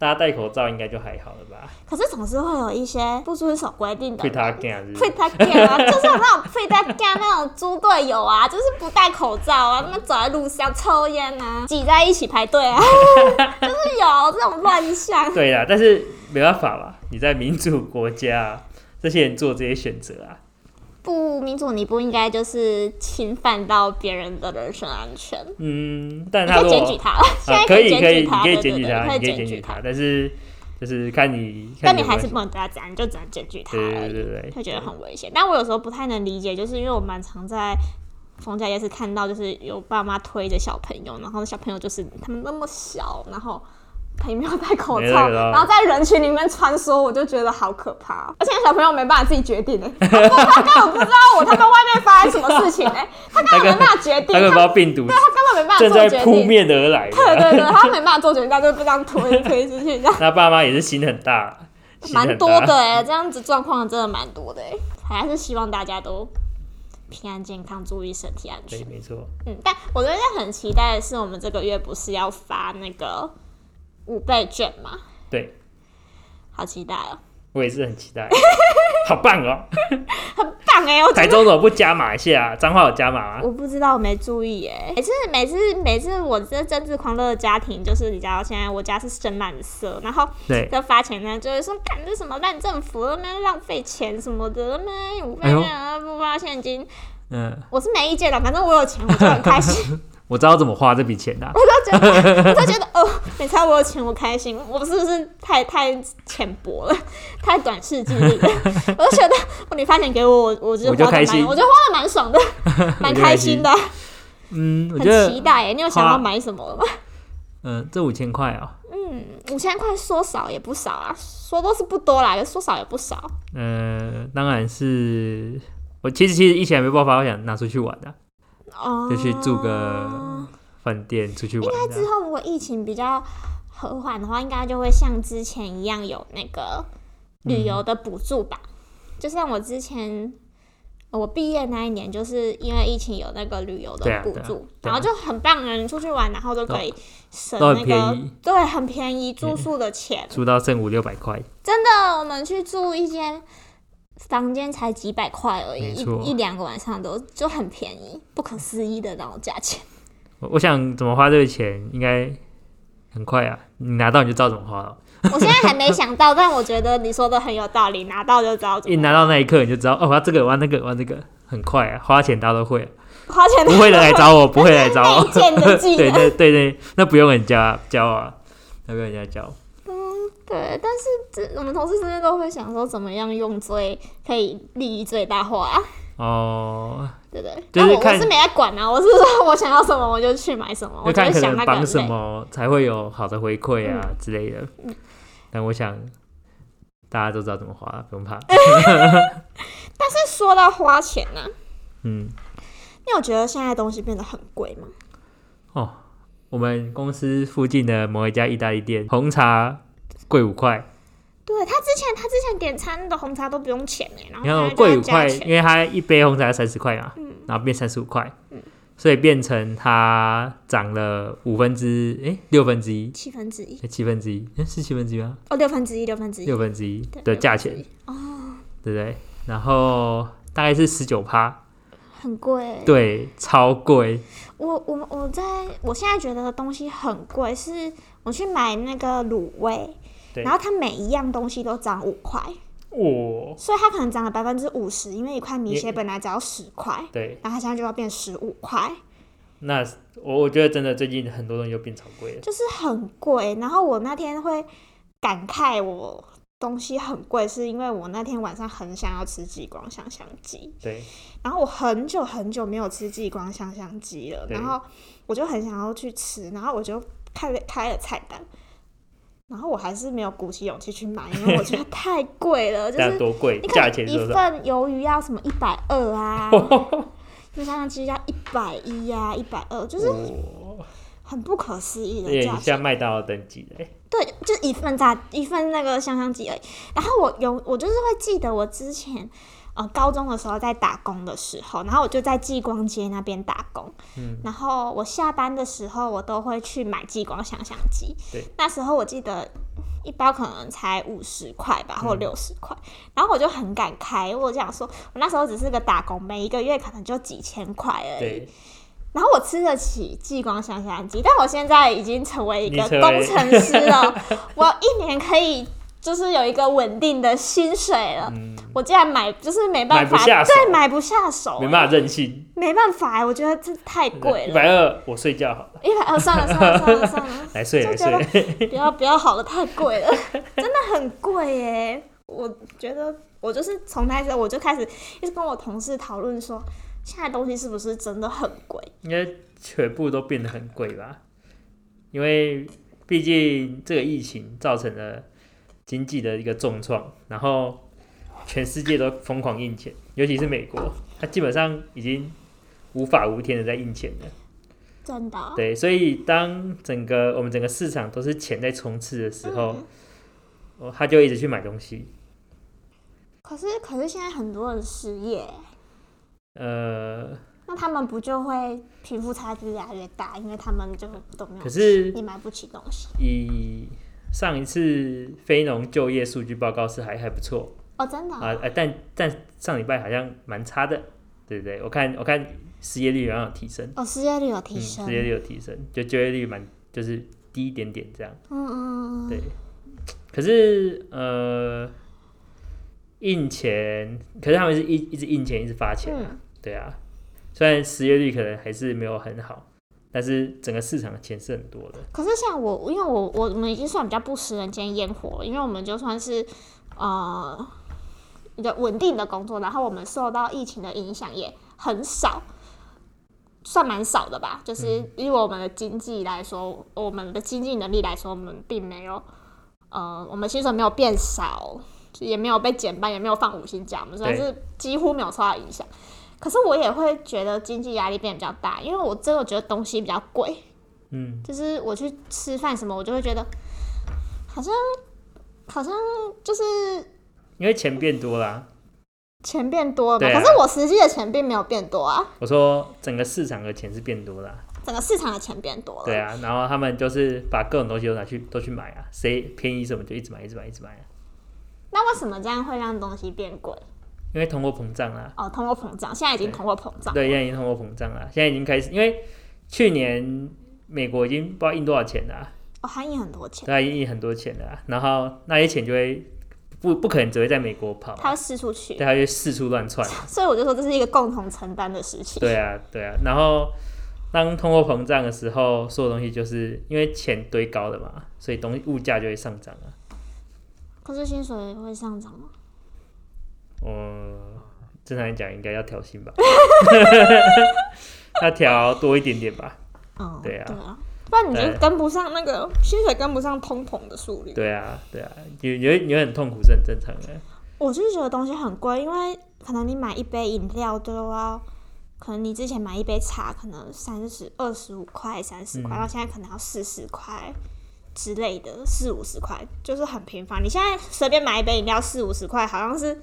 [SPEAKER 1] 大家戴口罩应该就还好了吧？
[SPEAKER 2] 可是总是会有一些不遵守规定的
[SPEAKER 1] 会
[SPEAKER 2] 人。
[SPEAKER 1] 他干是不
[SPEAKER 2] 配
[SPEAKER 1] 是？
[SPEAKER 2] 他干啊，就是有那种配他干那种猪队友啊，就是不戴口罩啊，那么走在路上抽烟啊，挤在一起排队啊，就是有这种乱象。
[SPEAKER 1] 对啦，但是没办法啦，你在民主国家，这些人做这些选择啊，
[SPEAKER 2] 不，民主你不应该就是侵犯到别人的人身安全，
[SPEAKER 1] 嗯，但
[SPEAKER 2] 你
[SPEAKER 1] 他
[SPEAKER 2] 可以
[SPEAKER 1] 如
[SPEAKER 2] 检举
[SPEAKER 1] 果
[SPEAKER 2] 他，现
[SPEAKER 1] 啊，
[SPEAKER 2] 在
[SPEAKER 1] 可
[SPEAKER 2] 以
[SPEAKER 1] 以可
[SPEAKER 2] 检
[SPEAKER 1] 以，
[SPEAKER 2] 举
[SPEAKER 1] 你
[SPEAKER 2] 他，
[SPEAKER 1] 可
[SPEAKER 2] 对
[SPEAKER 1] 以检举他，你可
[SPEAKER 2] 对对，可以
[SPEAKER 1] 以检
[SPEAKER 2] 检
[SPEAKER 1] 举
[SPEAKER 2] 举
[SPEAKER 1] 他，。但是就是看你，
[SPEAKER 2] 但
[SPEAKER 1] 看
[SPEAKER 2] 你
[SPEAKER 1] 有没
[SPEAKER 2] 还
[SPEAKER 1] 有
[SPEAKER 2] 是不能对他这样，你就只能检举他
[SPEAKER 1] 对
[SPEAKER 2] 而
[SPEAKER 1] 对
[SPEAKER 2] 已。
[SPEAKER 1] 对对
[SPEAKER 2] 会
[SPEAKER 1] 对，
[SPEAKER 2] 觉得很危险。但我有时候不太能理解，就是因为我蛮常在逢甲夜市看到，就是有爸妈推着小朋友，然后小朋友就是他们那么小，然后。他也没有戴口
[SPEAKER 1] 没
[SPEAKER 2] 罩，
[SPEAKER 1] 戴口罩
[SPEAKER 2] 然后在人群里面穿梭，我就觉得好可怕哦。而且小朋友没办法自己决定的， 他根本不知道我他们外面发生什么事情哎、他根本没办法决定，
[SPEAKER 1] 他会
[SPEAKER 2] 他
[SPEAKER 1] 把病毒
[SPEAKER 2] 他根本没办法
[SPEAKER 1] 正
[SPEAKER 2] 做
[SPEAKER 1] 在
[SPEAKER 2] 决
[SPEAKER 1] 扑
[SPEAKER 2] 定。
[SPEAKER 1] 面而来的
[SPEAKER 2] 对
[SPEAKER 1] 啊。
[SPEAKER 2] 对对，他没办法做决定，他就被这样推推出去，这样
[SPEAKER 1] 那爸妈也是心很大，心
[SPEAKER 2] 蛮
[SPEAKER 1] 很
[SPEAKER 2] 多
[SPEAKER 1] 大
[SPEAKER 2] 的哎、这样子状况真的蛮多的哎、还是希望大家都平安健康，注意身体安
[SPEAKER 1] 对，
[SPEAKER 2] 全。
[SPEAKER 1] 没错。
[SPEAKER 2] 嗯，但我觉得很期待的是，我们这个月不是要发那个五倍券嘛？
[SPEAKER 1] 对，
[SPEAKER 2] 好期待哦，
[SPEAKER 1] 我也是很期待， 好棒哦！
[SPEAKER 2] 很棒哎、我觉
[SPEAKER 1] 台
[SPEAKER 2] 得
[SPEAKER 1] 中怎么不加码一下？啊彰化有加码吗？
[SPEAKER 2] 我不知道，我没注意哎、每次每次每次我这政治狂热的家庭，就是你知道，现在我家是深蓝色，然后
[SPEAKER 1] 对，
[SPEAKER 2] 在发钱呢，就会说干这什么烂政府，那边浪费钱什么的，那边五倍
[SPEAKER 1] 哎呦
[SPEAKER 2] 券啊不发现金，
[SPEAKER 1] 嗯，
[SPEAKER 2] 我是没意见的，反正我有钱我就很开心，
[SPEAKER 1] 我知道怎么花这笔钱的。啊
[SPEAKER 2] 我就觉得我就觉得哦，你猜我有钱我开心，我是不是太太浅薄了，太短视近 利了？我就觉得哦你发钱给我，我我就
[SPEAKER 1] 我就
[SPEAKER 2] 花得
[SPEAKER 1] 开
[SPEAKER 2] 蛮
[SPEAKER 1] 心
[SPEAKER 2] 我觉得花的蛮爽的， 蛮开心的，
[SPEAKER 1] 嗯，我
[SPEAKER 2] 很
[SPEAKER 1] 觉
[SPEAKER 2] 期
[SPEAKER 1] 得，
[SPEAKER 2] 待耶。你有想
[SPEAKER 1] 花
[SPEAKER 2] 要买什么了吗？
[SPEAKER 1] 嗯，这五千块啊，
[SPEAKER 2] 嗯，五千块说少也不少啊，说多是不多啦，可是说少也不少。
[SPEAKER 1] 嗯，当然是我其实其实疫情还没爆发，我想拿出去玩的、啊
[SPEAKER 2] 哦，
[SPEAKER 1] 就去住个饭店，出去玩
[SPEAKER 2] 那
[SPEAKER 1] 这
[SPEAKER 2] 之
[SPEAKER 1] 样。
[SPEAKER 2] 后如果疫情比较和缓的话，应该就会像之前一样有那个旅
[SPEAKER 1] 嗯
[SPEAKER 2] 游的补助吧？就像我之前呃我毕业那一年，就是因为疫情有那个旅游
[SPEAKER 1] 对
[SPEAKER 2] 的
[SPEAKER 1] 啊
[SPEAKER 2] 补
[SPEAKER 1] 对啊
[SPEAKER 2] 助，
[SPEAKER 1] 对
[SPEAKER 2] 然
[SPEAKER 1] 啊
[SPEAKER 2] 后就很棒啊！你出去玩，然后就可以省
[SPEAKER 1] 都很
[SPEAKER 2] 那个
[SPEAKER 1] 便宜嗯
[SPEAKER 2] 对，很便宜住宿的钱。
[SPEAKER 1] 住到剩五六百块，
[SPEAKER 2] 真的，我们去住一间房间才几百块而已，
[SPEAKER 1] 没错
[SPEAKER 2] 一一两个晚上都就很便宜，不可思议的那种价钱。
[SPEAKER 1] 我我想怎么花这个钱应该很快啊，你拿到你就知道怎么花了。
[SPEAKER 2] 我现在还没想到，但我觉得你说的很有道理，拿到就知道怎
[SPEAKER 1] 一
[SPEAKER 2] 么
[SPEAKER 1] 拿到那一刻你就知道，哦，我要这个，我要那个，我要那个，很快啊，花钱大家都会啊、
[SPEAKER 2] 花钱
[SPEAKER 1] 不会的来找我，不会来找 我。
[SPEAKER 2] 内建的技能
[SPEAKER 1] 对对对对，那不用人家教啊，那不用人家教。
[SPEAKER 2] 对，但是这我们同事之间都会想说，怎么样用最可以利益最大化、啊，
[SPEAKER 1] 哦，
[SPEAKER 2] 对不对？
[SPEAKER 1] 就
[SPEAKER 2] 但
[SPEAKER 1] 是
[SPEAKER 2] 我我
[SPEAKER 1] 看
[SPEAKER 2] 是没在管啊，我是说我想要什么我就去买什么，
[SPEAKER 1] 就
[SPEAKER 2] 我就
[SPEAKER 1] 看
[SPEAKER 2] 会
[SPEAKER 1] 可
[SPEAKER 2] 想
[SPEAKER 1] 能
[SPEAKER 2] 那个嗯
[SPEAKER 1] 绑
[SPEAKER 2] 很
[SPEAKER 1] 什
[SPEAKER 2] 累
[SPEAKER 1] 么才会有好的回馈啊之类的。但我想大家都知道怎么花，不用怕。
[SPEAKER 2] 但是说到花钱呢、
[SPEAKER 1] 嗯，
[SPEAKER 2] 你有觉得现在东西变得很贵吗？
[SPEAKER 1] 哦，我们公司附近的某一家意大利店红茶贵五块，
[SPEAKER 2] 对他之前他之前点餐的红茶都不用钱哎、然后
[SPEAKER 1] 你看我
[SPEAKER 2] 现在就
[SPEAKER 1] 贵
[SPEAKER 2] 要
[SPEAKER 1] 五
[SPEAKER 2] 加
[SPEAKER 1] 块，
[SPEAKER 2] 钱，嗯
[SPEAKER 1] 因为它一杯红茶三十块嘛，然后变三十五块，所以变成它涨了五分之诶六分之一。
[SPEAKER 2] 七分之一
[SPEAKER 1] 诶七分之一，诶是七分之一吗？
[SPEAKER 2] 哦，六分之一，六分之一
[SPEAKER 1] 六分之一
[SPEAKER 2] 对
[SPEAKER 1] 的
[SPEAKER 2] 六
[SPEAKER 1] 价
[SPEAKER 2] 分之
[SPEAKER 1] 钱
[SPEAKER 2] 一，哦
[SPEAKER 1] 对不对？然后大概是十九趴，
[SPEAKER 2] 很贵欸、
[SPEAKER 1] 对，超贵。
[SPEAKER 2] 我我我在我现在觉得东西很贵，是我去买那个卤味，
[SPEAKER 1] 对
[SPEAKER 2] 然后它每一样东西都涨五块，
[SPEAKER 1] 哇，
[SPEAKER 2] 所以它可能涨了百分之五十，因为一块米
[SPEAKER 1] 也
[SPEAKER 2] 血本来只要十块，
[SPEAKER 1] 对，
[SPEAKER 2] 然后它现在就要变十五块，
[SPEAKER 1] 那我我觉得真的最近很多东西都变超贵了。
[SPEAKER 2] 就是很贵。然后我那天会感慨我东西很贵，是因为我那天晚上很想要吃极光香香鸡，
[SPEAKER 1] 对，
[SPEAKER 2] 然后我很久很久没有吃极光香香鸡了，
[SPEAKER 1] 对
[SPEAKER 2] 然后我就很想要去吃，然后我就看了开了菜单。然后我还是没有鼓起勇气去买，因为我觉得太贵 了，就
[SPEAKER 1] 这样
[SPEAKER 2] 是
[SPEAKER 1] 多贵
[SPEAKER 2] 你，
[SPEAKER 1] 价
[SPEAKER 2] 看
[SPEAKER 1] 钱
[SPEAKER 2] 一
[SPEAKER 1] 是不是？哦
[SPEAKER 2] 份鱿鱼要什么一百二啊， 那香香鸡要一百一呀，一百二，就是
[SPEAKER 1] 哦
[SPEAKER 2] 很不可思议
[SPEAKER 1] 有
[SPEAKER 2] 的价
[SPEAKER 1] 点
[SPEAKER 2] 钱
[SPEAKER 1] 像。麦当劳等级的、欸，
[SPEAKER 2] 对，就一份炸一份那个香香鸡而已。然后我有我就是会记得我之前呃高中的时候在打工的时候，然后我就在继光街那边打工。
[SPEAKER 1] 嗯，
[SPEAKER 2] 然后我下班的时候，我都会去买继光香香鸡。
[SPEAKER 1] 对，
[SPEAKER 2] 那时候我记得一包可能才五十块吧，
[SPEAKER 1] 嗯
[SPEAKER 2] 或六十块。然后我就很感慨，我讲说，我那时候只是个打工妹，一个月可能就几千块而已。
[SPEAKER 1] 对，
[SPEAKER 2] 然后我吃得起激光香香鸡，但我现在已经成为一个
[SPEAKER 1] 你成为
[SPEAKER 2] 工程师 了，我一年可以就是有一个稳定的薪水了。
[SPEAKER 1] 嗯，
[SPEAKER 2] 我竟然买就是没办
[SPEAKER 1] 买
[SPEAKER 2] 法，
[SPEAKER 1] 不下手
[SPEAKER 2] 对，买不下手，
[SPEAKER 1] 没办法任性，
[SPEAKER 2] 没办法，我觉得这太贵
[SPEAKER 1] 一
[SPEAKER 2] 了。
[SPEAKER 1] 百二，我睡觉好了，
[SPEAKER 2] 一百二，算了算 了算了算了，
[SPEAKER 1] 来睡
[SPEAKER 2] 就
[SPEAKER 1] 来
[SPEAKER 2] 觉得
[SPEAKER 1] 睡，
[SPEAKER 2] 不要不要好了，太贵了，真的很贵耶。我觉得我就是从那时候我就开始一直跟我同事讨论说，现在东西是不是真的很贵？
[SPEAKER 1] 应该全部都变得很贵吧？因为毕竟这个疫情造成了经济的一个重创，然后全世界都疯狂印钱，尤其是美国，它基本上已经无法无天的在印钱了。
[SPEAKER 2] 真的。啊
[SPEAKER 1] 对，所以当整个我们整个市场都是钱在冲刺的时
[SPEAKER 2] 嗯
[SPEAKER 1] 候，哦，他就一直去买东西。
[SPEAKER 2] 可是，可是现在很多人失业，
[SPEAKER 1] 呃，
[SPEAKER 2] 那他们不就会贫富差距越来越大？因为他们就都没有，
[SPEAKER 1] 可是
[SPEAKER 2] 也买不起东西。
[SPEAKER 1] 以上一次非农就业数据报告是还还不错
[SPEAKER 2] 哦，真的
[SPEAKER 1] 啊、
[SPEAKER 2] 哦、
[SPEAKER 1] 呃，但但上礼拜好像蛮差的，对不对？我看我看失业率好像有提升，
[SPEAKER 2] 哦，失业率有提
[SPEAKER 1] 嗯，
[SPEAKER 2] 升。
[SPEAKER 1] 失业率有提升，就就业率蛮就是低一点点这样。
[SPEAKER 2] 嗯嗯嗯
[SPEAKER 1] 对
[SPEAKER 2] 嗯，
[SPEAKER 1] 可是呃，印钱，可是他们是一一直印钱，一直发钱啊、
[SPEAKER 2] 嗯
[SPEAKER 1] 对啊。虽然失业率可能还是没有很好，但是整个市场的钱是很多的。
[SPEAKER 2] 可是像我，因为我我们已经算比较不食人间烟火了，因为我们就算是呃一个稳定的工作，然后我们受到疫情的影响也很少，算蛮少的吧。就是以我们的经济来说，我们的经济能力来说，我们并没有呃，我们薪水没有变少，就也没有被减半，也没有放五星假，我们算
[SPEAKER 1] 对
[SPEAKER 2] 是几乎没有受到影响。可是我也会觉得经济压力变得比较大，因为我真的觉得东西比较贵。
[SPEAKER 1] 嗯，
[SPEAKER 2] 就是我去吃饭什么，我就会觉得好像好像就是
[SPEAKER 1] 因为钱变多啦。
[SPEAKER 2] 钱变多了嘛，
[SPEAKER 1] 对啊
[SPEAKER 2] 可是我实际的钱并没有变多啊，
[SPEAKER 1] 我说整个市场的钱是变多啦，
[SPEAKER 2] 整个市场的钱变多了。
[SPEAKER 1] 对啊。然后他们就是把各种东西都拿去都去买啊，谁便宜什么就一直买，一直买，一直买啊。
[SPEAKER 2] 那为什么这样会让东西变贵？
[SPEAKER 1] 因为通货膨胀啦，
[SPEAKER 2] 哦，通货膨胀，现在已经通货膨胀。
[SPEAKER 1] 对，现在已经通货膨胀啊啦，现在已经开始，因为去年美国已经不知道印多少钱啦、啊
[SPEAKER 2] 哦，韩印很多钱，
[SPEAKER 1] 对啊，印很多钱的、啊，然后那些钱就会不不可能只会在美国跑啊，
[SPEAKER 2] 它会撕出去
[SPEAKER 1] 对，，它就四处乱窜啊。
[SPEAKER 2] 所以我就说这是一个共同承担的事情。
[SPEAKER 1] 对啊，对啊。然后当通货膨胀的时候，所有东西就是因为钱堆高了嘛，所以东西物价就会上涨啊。
[SPEAKER 2] 可是薪水会上涨吗？
[SPEAKER 1] 嗯，正常来讲应该要调薪吧， 要调多一点点吧。
[SPEAKER 2] 嗯，
[SPEAKER 1] 对啊
[SPEAKER 2] 对啊，不然你
[SPEAKER 1] 对
[SPEAKER 2] 就跟不上那个薪水跟不上通膨的速率。
[SPEAKER 1] 对啊，对啊，有有你会很痛苦是很正常的。
[SPEAKER 2] 我就是觉得东西很贵，因为可能你买一杯饮料都要，可能你之前买一杯茶可能三十、二十五块、三十块，
[SPEAKER 1] 嗯
[SPEAKER 2] 然后现在可能要四十块之类的，四五十块，就是很频繁。你现在随便买一杯饮料四五十块，好像是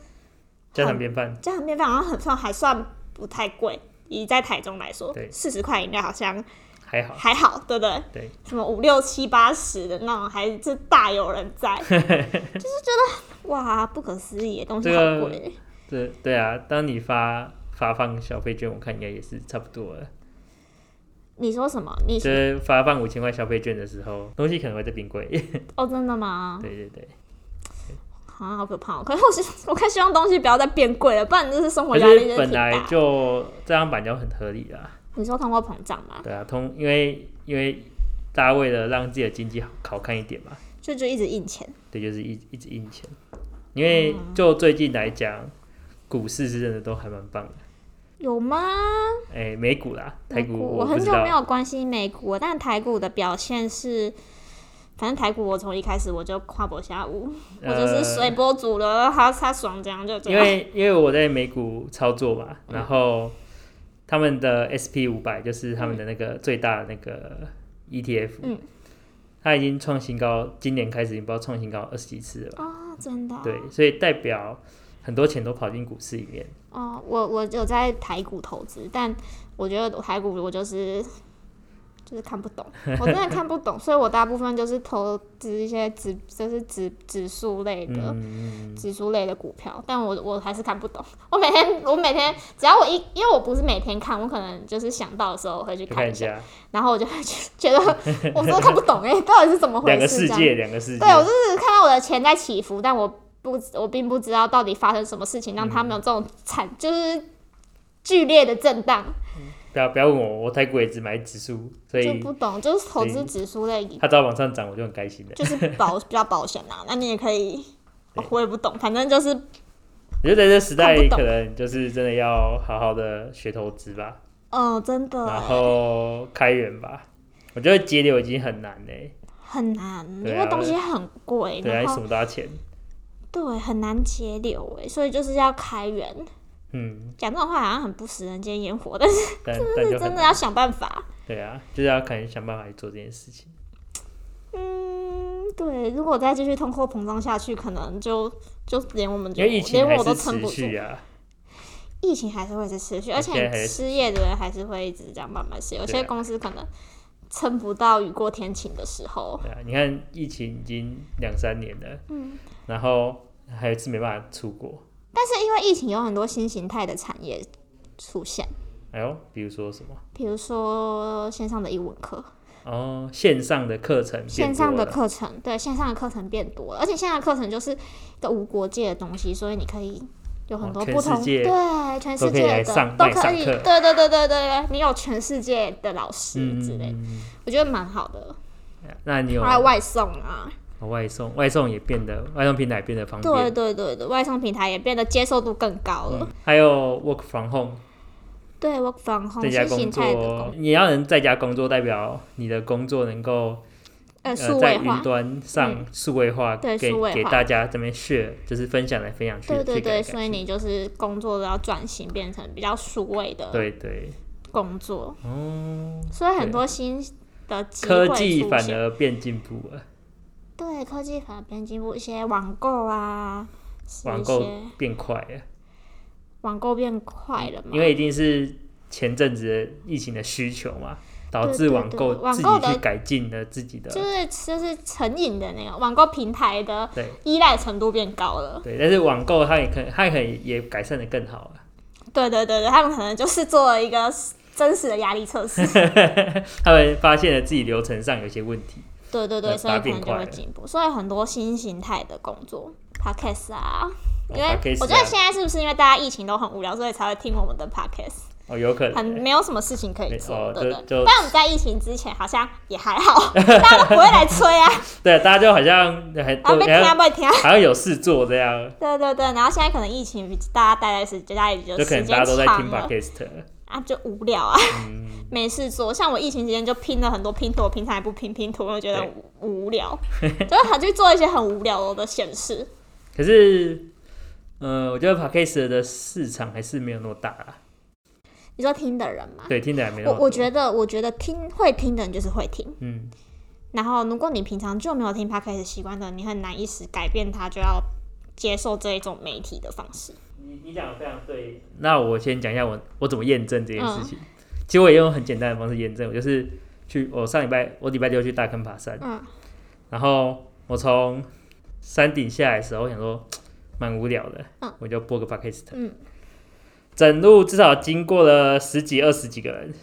[SPEAKER 1] 家常便饭，
[SPEAKER 2] 这样便饭，好像很算还算不太贵。以在台中来说
[SPEAKER 1] 对，
[SPEAKER 2] 四十块饮料好像
[SPEAKER 1] 还好。
[SPEAKER 2] 还好，对不对？
[SPEAKER 1] 对，
[SPEAKER 2] 什么五六七八十的那种，还是大有人 在，就是觉得哇，不可思议，东西
[SPEAKER 1] 这
[SPEAKER 2] 好
[SPEAKER 1] 个
[SPEAKER 2] 贵。
[SPEAKER 1] 对对啊，当你发发放消费券，我看应该也是差不多了。
[SPEAKER 2] 你说什么？你
[SPEAKER 1] 就是发放五千块消费券的时候，东西可能会在冰柜。
[SPEAKER 2] 哦，真的吗？
[SPEAKER 1] 对对对，
[SPEAKER 2] 啊，好可怕、哦！ 可是我是我看希望东西不要再变贵了，不然就是生活
[SPEAKER 1] 可
[SPEAKER 2] 压力
[SPEAKER 1] 是
[SPEAKER 2] 就
[SPEAKER 1] 本
[SPEAKER 2] 挺
[SPEAKER 1] 来
[SPEAKER 2] 大。
[SPEAKER 1] 就这张板就很合理啦。
[SPEAKER 2] 你说通货膨胀吗？
[SPEAKER 1] 对啊，通因为因为大家为了让自己的经济好好看一点嘛，
[SPEAKER 2] 就就一直印钱，
[SPEAKER 1] 对，就是一一直印钱。因为
[SPEAKER 2] 嗯
[SPEAKER 1] 就最近来讲，股市是真的都还蛮棒的。
[SPEAKER 2] 有吗？
[SPEAKER 1] 哎、美股啦，台
[SPEAKER 2] 美
[SPEAKER 1] 股
[SPEAKER 2] 我
[SPEAKER 1] 不
[SPEAKER 2] 很
[SPEAKER 1] 知
[SPEAKER 2] 久
[SPEAKER 1] 道
[SPEAKER 2] 没。有关心美股了，但台股的表现是，反正台股我从一开始我就跨博下舞，我就是随波逐流，他他爽这样就这
[SPEAKER 1] 呃因
[SPEAKER 2] 样。
[SPEAKER 1] 为因为我在美股操作嘛，
[SPEAKER 2] 嗯
[SPEAKER 1] 然后他们的 SP 五百就是他们的那个最大的那个 ETF，、
[SPEAKER 2] 嗯
[SPEAKER 1] 它已经创新高，今年开始已经不知道创新高二十几次了吧？
[SPEAKER 2] 啊，真的、哦。
[SPEAKER 1] 对，所以代表很多钱都跑进股市里面。
[SPEAKER 2] 哦，我我有在台股投资，但我觉得台股我就是就是看不懂，我真的看不懂，所以我大部分就是投资一些指就是指指数类的。
[SPEAKER 1] 嗯，
[SPEAKER 2] 指数类的股票，但我我还是看不懂。我每天我每天只要我一，因为我不是每天看，我可能就是想到的时候我会去
[SPEAKER 1] 就看
[SPEAKER 2] 看
[SPEAKER 1] 一
[SPEAKER 2] 一下，
[SPEAKER 1] 下
[SPEAKER 2] 然后我就会觉觉得 我真的看不懂哎、到底是怎么回
[SPEAKER 1] 两个
[SPEAKER 2] 事？
[SPEAKER 1] 世
[SPEAKER 2] 这样
[SPEAKER 1] 界，两个世界。
[SPEAKER 2] 对我就是看到我的钱在起伏，但我不我并不知道到底发生什么事情让
[SPEAKER 1] 嗯
[SPEAKER 2] 他们有这种惨，就是剧烈的震荡，
[SPEAKER 1] 不要不要问我，我台股也只买指数，所
[SPEAKER 2] 就
[SPEAKER 1] 以
[SPEAKER 2] 不懂，就是投
[SPEAKER 1] 所
[SPEAKER 2] 资
[SPEAKER 1] 以
[SPEAKER 2] 指数类
[SPEAKER 1] 它只要往上涨，我就很开心的。
[SPEAKER 2] 就是 保比较保险啦、那你也可以。
[SPEAKER 1] 对
[SPEAKER 2] 我也不懂，反正就是
[SPEAKER 1] 我觉得在这时代
[SPEAKER 2] 看不，懂
[SPEAKER 1] 可能就是真的要好好的学投资吧，
[SPEAKER 2] 嗯，真的
[SPEAKER 1] 然
[SPEAKER 2] 欸
[SPEAKER 1] 后开源吧。我觉得节流已经很难嘞、
[SPEAKER 2] 很难，因
[SPEAKER 1] 对
[SPEAKER 2] 为
[SPEAKER 1] 啊
[SPEAKER 2] 东西很贵，
[SPEAKER 1] 对啊，
[SPEAKER 2] 然
[SPEAKER 1] 你
[SPEAKER 2] 后
[SPEAKER 1] 什么都要钱。
[SPEAKER 2] 对，很难节流哎，所以就是要开源。
[SPEAKER 1] 嗯，
[SPEAKER 2] 讲这种话好像很不食人间烟火，但是
[SPEAKER 1] 但但啊就很
[SPEAKER 2] 真的
[SPEAKER 1] 难
[SPEAKER 2] 要想办法。
[SPEAKER 1] 对啊，就是要看想办法去做这件事情。
[SPEAKER 2] 嗯，对，如果再继续通货膨胀下去，可能就就连我们就
[SPEAKER 1] 因为疫情
[SPEAKER 2] 连
[SPEAKER 1] 还
[SPEAKER 2] 我都
[SPEAKER 1] 是
[SPEAKER 2] 撑
[SPEAKER 1] 持
[SPEAKER 2] 不住，
[SPEAKER 1] 续啊，
[SPEAKER 2] 疫情还是会是持续，而
[SPEAKER 1] 而且
[SPEAKER 2] 且
[SPEAKER 1] 还是
[SPEAKER 2] 失业的人还是会一直这样慢慢失业。有
[SPEAKER 1] 对
[SPEAKER 2] 些
[SPEAKER 1] 啊
[SPEAKER 2] 公司可能撑不到雨过天晴的时候，
[SPEAKER 1] 对啊，你看疫情已经两三年了，
[SPEAKER 2] 嗯，
[SPEAKER 1] 然后还有一次没办法出国。
[SPEAKER 2] 但是因为疫情有很多新形态的产业出现，
[SPEAKER 1] 哎呦，比如说什么？
[SPEAKER 2] 比如说线上的英文课，
[SPEAKER 1] 哦，线上的课程变
[SPEAKER 2] 线
[SPEAKER 1] 多
[SPEAKER 2] 上的
[SPEAKER 1] 了
[SPEAKER 2] 课程，对线上的课程变多了，而且线上的课程就是一个无国界的东西，所以你可以有很
[SPEAKER 1] 哦
[SPEAKER 2] 多
[SPEAKER 1] 全
[SPEAKER 2] 不
[SPEAKER 1] 世
[SPEAKER 2] 同，
[SPEAKER 1] 界
[SPEAKER 2] 对全世
[SPEAKER 1] 可以来
[SPEAKER 2] 界的
[SPEAKER 1] 上
[SPEAKER 2] 都
[SPEAKER 1] 帮你
[SPEAKER 2] 可
[SPEAKER 1] 上
[SPEAKER 2] 以，
[SPEAKER 1] 课
[SPEAKER 2] 对对对对对对，你有全世界的老师之类的，
[SPEAKER 1] 嗯
[SPEAKER 2] 我觉得蛮好的。
[SPEAKER 1] 那你有
[SPEAKER 2] 还有外送啊，
[SPEAKER 1] 哦外送，外送也变得外送平台也变得方
[SPEAKER 2] 对
[SPEAKER 1] 便，嗯
[SPEAKER 2] 对对对，外送平台也变得接受度更高了。
[SPEAKER 1] 还有 work from home
[SPEAKER 2] 对，work from home
[SPEAKER 1] 在家工
[SPEAKER 2] 新形哦态的工
[SPEAKER 1] 作，，你要能在家工作，代表你的工作能够
[SPEAKER 2] 呃，
[SPEAKER 1] 呃
[SPEAKER 2] 数
[SPEAKER 1] 在
[SPEAKER 2] 位化嗯
[SPEAKER 1] 云，端上数位化，
[SPEAKER 2] 对
[SPEAKER 1] 给
[SPEAKER 2] 数位化
[SPEAKER 1] 给大家这边 share，就是分享来分享去，
[SPEAKER 2] 对对
[SPEAKER 1] 去
[SPEAKER 2] 对，
[SPEAKER 1] 改
[SPEAKER 2] 所
[SPEAKER 1] 改
[SPEAKER 2] 以你就是工作都要转型变成比较数位的
[SPEAKER 1] 对对
[SPEAKER 2] 工作，
[SPEAKER 1] 哦，
[SPEAKER 2] 所以很多新的机会
[SPEAKER 1] 科技
[SPEAKER 2] 出
[SPEAKER 1] 反
[SPEAKER 2] 现
[SPEAKER 1] 而变进步了，
[SPEAKER 2] 对科技反而变进步，一些网购啊，是
[SPEAKER 1] 网
[SPEAKER 2] 一
[SPEAKER 1] 购
[SPEAKER 2] 些
[SPEAKER 1] 变快了，
[SPEAKER 2] 网购变快了嘛，
[SPEAKER 1] 因为一定是前阵子疫情的需求嘛，导
[SPEAKER 2] 对
[SPEAKER 1] 致
[SPEAKER 2] 对
[SPEAKER 1] 网
[SPEAKER 2] 对
[SPEAKER 1] 购
[SPEAKER 2] 网
[SPEAKER 1] 自己
[SPEAKER 2] 购的
[SPEAKER 1] 去改进了自己的
[SPEAKER 2] 就是就是成瘾的那个网购平台的
[SPEAKER 1] 对。
[SPEAKER 2] 依赖程度变高了。
[SPEAKER 1] 对，但是网购它也可它也可以也改善的更好啊了，
[SPEAKER 2] 对对对对，他们可能就是做了一个真实的压力测试。
[SPEAKER 1] 他们发现了自己流程上有一些问题，
[SPEAKER 2] 对 对对，
[SPEAKER 1] 那
[SPEAKER 2] 所以
[SPEAKER 1] 大家
[SPEAKER 2] 可
[SPEAKER 1] 变
[SPEAKER 2] 能就
[SPEAKER 1] 快
[SPEAKER 2] 会
[SPEAKER 1] 了
[SPEAKER 2] 进步。所以很多新形态的工作，podcast 啊，因为
[SPEAKER 1] 哦 podcast
[SPEAKER 2] 我觉得
[SPEAKER 1] 啊
[SPEAKER 2] 现在是不是因为大家疫情都很无聊，所以才会听我们的 podcast，
[SPEAKER 1] 哦，有可能
[SPEAKER 2] 很
[SPEAKER 1] 欸
[SPEAKER 2] 没有什么事情可以
[SPEAKER 1] 没
[SPEAKER 2] 做，
[SPEAKER 1] 哦
[SPEAKER 2] 对不
[SPEAKER 1] 就
[SPEAKER 2] 对？
[SPEAKER 1] 就
[SPEAKER 2] 但我们在疫情之前好像也还好， 大家都不会来催啊。
[SPEAKER 1] 对，大家就好像还
[SPEAKER 2] 啊，
[SPEAKER 1] 都
[SPEAKER 2] 被听啊，
[SPEAKER 1] 还
[SPEAKER 2] 被听啊。
[SPEAKER 1] 好像有事做这样，
[SPEAKER 2] 对对对，然后现在可能疫情，大家待在时家里就
[SPEAKER 1] 就可
[SPEAKER 2] 时
[SPEAKER 1] 能大家
[SPEAKER 2] 间
[SPEAKER 1] 都在
[SPEAKER 2] 长
[SPEAKER 1] 听
[SPEAKER 2] 了
[SPEAKER 1] podcast，
[SPEAKER 2] 啊，就无聊啊，
[SPEAKER 1] 嗯，
[SPEAKER 2] 没事做。像我疫情期间就拼了很多拼图，我平常也不拼拼图，我就觉得
[SPEAKER 1] 对
[SPEAKER 2] 无无 聊，就是他去做一些很无聊的显示。
[SPEAKER 1] 可是。呃，我觉得 podcast 的市场还是没有那么大啦，
[SPEAKER 2] 你说听的人嘛，
[SPEAKER 1] 对，听起来没那
[SPEAKER 2] 我
[SPEAKER 1] 么多
[SPEAKER 2] 我觉得我觉得听会听的人就是会听，
[SPEAKER 1] 嗯，
[SPEAKER 2] 然后如果你平常就没有听 p o d c a 习惯的，你很难一时改变它，就要接受这一种媒体的方式。
[SPEAKER 1] 你你讲的非常对。那我先讲一下我我怎么验证这件
[SPEAKER 2] 嗯
[SPEAKER 1] 事情。其实我也用很简单的方式验证，我就是去我上礼拜我礼拜六去大坑爬山，
[SPEAKER 2] 嗯
[SPEAKER 1] 然后我从山顶下来的时候，我想说蛮无聊的，
[SPEAKER 2] 嗯
[SPEAKER 1] 我就播个 podcast。
[SPEAKER 2] 嗯，
[SPEAKER 1] 整路至少经过了十几、二十几个人，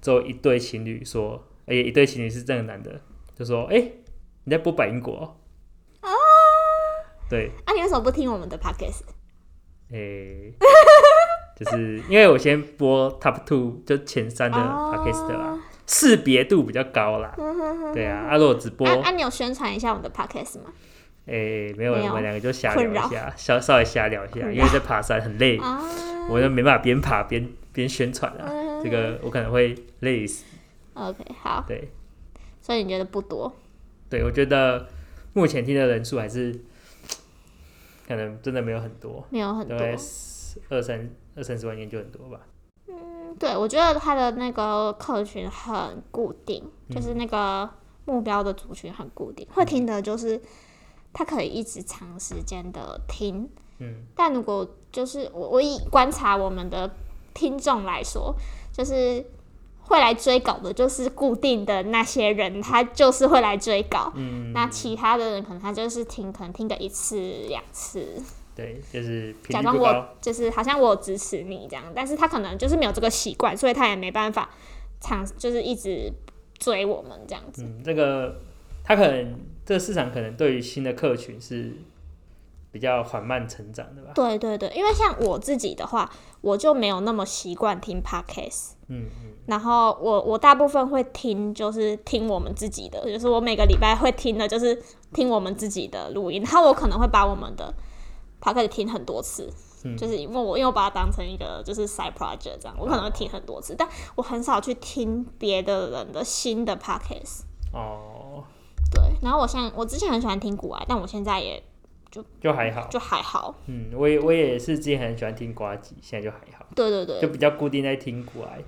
[SPEAKER 1] 只有一对情侣说，而且一对情侣是这个男的，就说：“哎、你在播百英果、哦？”对，
[SPEAKER 2] 啊，你为什么不听我们的 p o d c a
[SPEAKER 1] 诶、就是因为我先播 top two 就前三的啊
[SPEAKER 2] 哦
[SPEAKER 1] podcast 啦，识别度比较高啦。对啊，啊如果只播，
[SPEAKER 2] 嗯啊啊，你有宣传一下我们的 podcast 吗？
[SPEAKER 1] 诶、没有，
[SPEAKER 2] 没有
[SPEAKER 1] 我们两个就瞎
[SPEAKER 2] 困
[SPEAKER 1] 聊
[SPEAKER 2] 扰
[SPEAKER 1] 一下，稍稍微瞎聊一下，
[SPEAKER 2] 困
[SPEAKER 1] 因为在爬山很累，
[SPEAKER 2] 啊，
[SPEAKER 1] 我就没办法边爬边边宣传啊，
[SPEAKER 2] 嗯
[SPEAKER 1] 这个我可能会累死。
[SPEAKER 2] OK，好，
[SPEAKER 1] 对，
[SPEAKER 2] 所以你觉得不多？
[SPEAKER 1] 对我觉得目前听的人数还是可能真的没有很多，
[SPEAKER 2] 没有很
[SPEAKER 1] 大
[SPEAKER 2] 多。
[SPEAKER 1] 概二三二三十万研就很多吧。
[SPEAKER 2] 对，我觉得他的那个客群很固定，就是
[SPEAKER 1] 嗯
[SPEAKER 2] 那个目标的族群很固定，会听的就是他可以一直长时间的听。
[SPEAKER 1] 嗯，
[SPEAKER 2] 但如果就是我我以观察我们的听众来说，就是会来追稿的，就是固定的那些人，他就是会来追稿。
[SPEAKER 1] 嗯，
[SPEAKER 2] 那其他的人可能他就是听，可能听个一次两次，
[SPEAKER 1] 对，就是频
[SPEAKER 2] 假
[SPEAKER 1] 率
[SPEAKER 2] 装
[SPEAKER 1] 不
[SPEAKER 2] 我
[SPEAKER 1] 高。
[SPEAKER 2] 就是好像我有支持你这样，但是他可能就是没有这个习惯，所以他也没办法长就是一直追我们这样子。
[SPEAKER 1] 嗯，这个它可能这个市场可能对于新的客群是比较缓慢成长的吧。
[SPEAKER 2] 对对对，因为像我自己的话，我就没有那么习惯听 podcast，
[SPEAKER 1] 嗯嗯
[SPEAKER 2] 然后我我大部分会听就是听我们自己的，就是我每个礼拜会听的就是听我们自己的录音，然后我可能会把我们的 podcast 听很多次，
[SPEAKER 1] 嗯，
[SPEAKER 2] 就是因为我因为我把它当成一个就是 side project 这样，我可能会听很多次，但我很少去听别的人的新的 podcast。
[SPEAKER 1] 哦，
[SPEAKER 2] 对，然后我现在我之前很喜欢听古玩，但我现在也
[SPEAKER 1] 就还好。
[SPEAKER 2] 就还好。
[SPEAKER 1] 嗯，我也我也是之前很喜欢听瓜吉，现在就还好，
[SPEAKER 2] 对对
[SPEAKER 1] 就
[SPEAKER 2] 对
[SPEAKER 1] 比较固定在听古癌。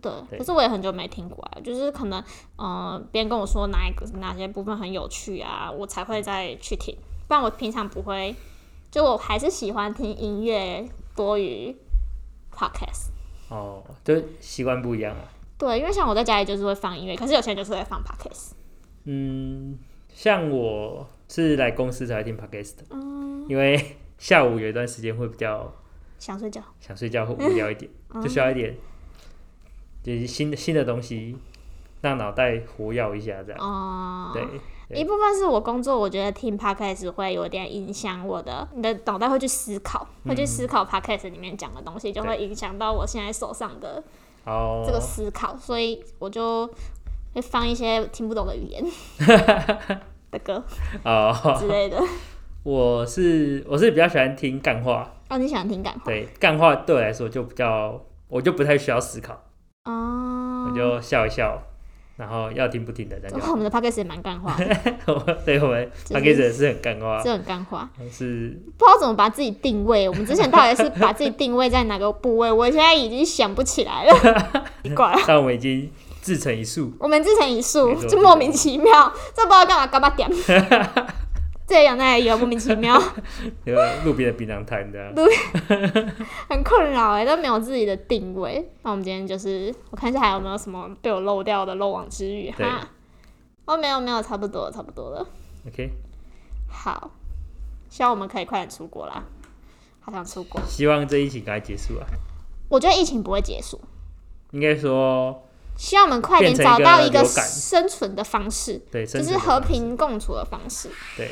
[SPEAKER 1] 对
[SPEAKER 2] 对，可是我也很久没听古玩，就是可能嗯别人跟我说哪一个哪些部分很有趣啊，我才会再去听，不然我平常不会。就我还是喜欢听音乐多于 podcast。
[SPEAKER 1] 哦，就习惯不一样啊。
[SPEAKER 2] 对，因为像我在家里就是会放音乐，可是有些人就是会放 podcast。
[SPEAKER 1] 嗯，像我是来公司才会听 podcast，的
[SPEAKER 2] 嗯，
[SPEAKER 1] 因为 下午有一段时间会比较
[SPEAKER 2] 想睡觉。
[SPEAKER 1] 想睡觉或无聊一点，
[SPEAKER 2] 嗯
[SPEAKER 1] 就需要一点就是新的新的东西，让脑袋活跃一下这样。
[SPEAKER 2] 哦、
[SPEAKER 1] 对，对
[SPEAKER 2] 一部分是我工作，我觉得听 podcast 会有点影响我的，你的脑袋会去思考，会
[SPEAKER 1] 嗯
[SPEAKER 2] 去思考 podcast 里面讲的东西，就会影响到我现在手上的
[SPEAKER 1] 好，
[SPEAKER 2] 这个思考，所以我就会放一些听不懂的语 言的歌
[SPEAKER 1] 哦，
[SPEAKER 2] 之类的。
[SPEAKER 1] 我是我是比较喜欢听干话，
[SPEAKER 2] 哦，你喜欢听感话？
[SPEAKER 1] 对，干话对我来说就比较，我就不太需要思考，
[SPEAKER 2] 哦，
[SPEAKER 1] 我就笑一笑，然后要听不听的这样就
[SPEAKER 2] 哇我们的 podcast 也 蛮干话的，
[SPEAKER 1] 好。对我们
[SPEAKER 2] 哦是
[SPEAKER 1] p a c k a g e 是很干话，
[SPEAKER 2] 这很干话。
[SPEAKER 1] 是
[SPEAKER 2] 不知道怎么把自己定位。我们之前到底是把自己定位在哪个部位？我现在已经想不起来了， 奇怪。
[SPEAKER 1] 但我们已经自成一束。
[SPEAKER 2] 我们自成一束
[SPEAKER 1] 没，错
[SPEAKER 2] 就莫名其妙，这不知道干嘛干 嘛点。这养那也有莫名其妙，
[SPEAKER 1] 那个路边的槟榔摊这样，
[SPEAKER 2] 很困扰哎，都没有自己的定位。那我们今天就是，我看一下还有没有什么被我漏掉的漏网之鱼
[SPEAKER 1] 对
[SPEAKER 2] 哈。哦，没有没有，差不多了，差不多了。
[SPEAKER 1] OK，
[SPEAKER 2] 好，希望我们可以快点出国啦，好想出国。
[SPEAKER 1] 希望这一期赶快结束啊！
[SPEAKER 2] 我觉得疫情不会结束，
[SPEAKER 1] 应该说，
[SPEAKER 2] 希望我们快点
[SPEAKER 1] 变成一
[SPEAKER 2] 找
[SPEAKER 1] 个
[SPEAKER 2] 到一个
[SPEAKER 1] 流感
[SPEAKER 2] 生存的方式，
[SPEAKER 1] 对，
[SPEAKER 2] 就
[SPEAKER 1] 生
[SPEAKER 2] 是
[SPEAKER 1] 存
[SPEAKER 2] 和
[SPEAKER 1] 的
[SPEAKER 2] 平共处的方式。
[SPEAKER 1] 对，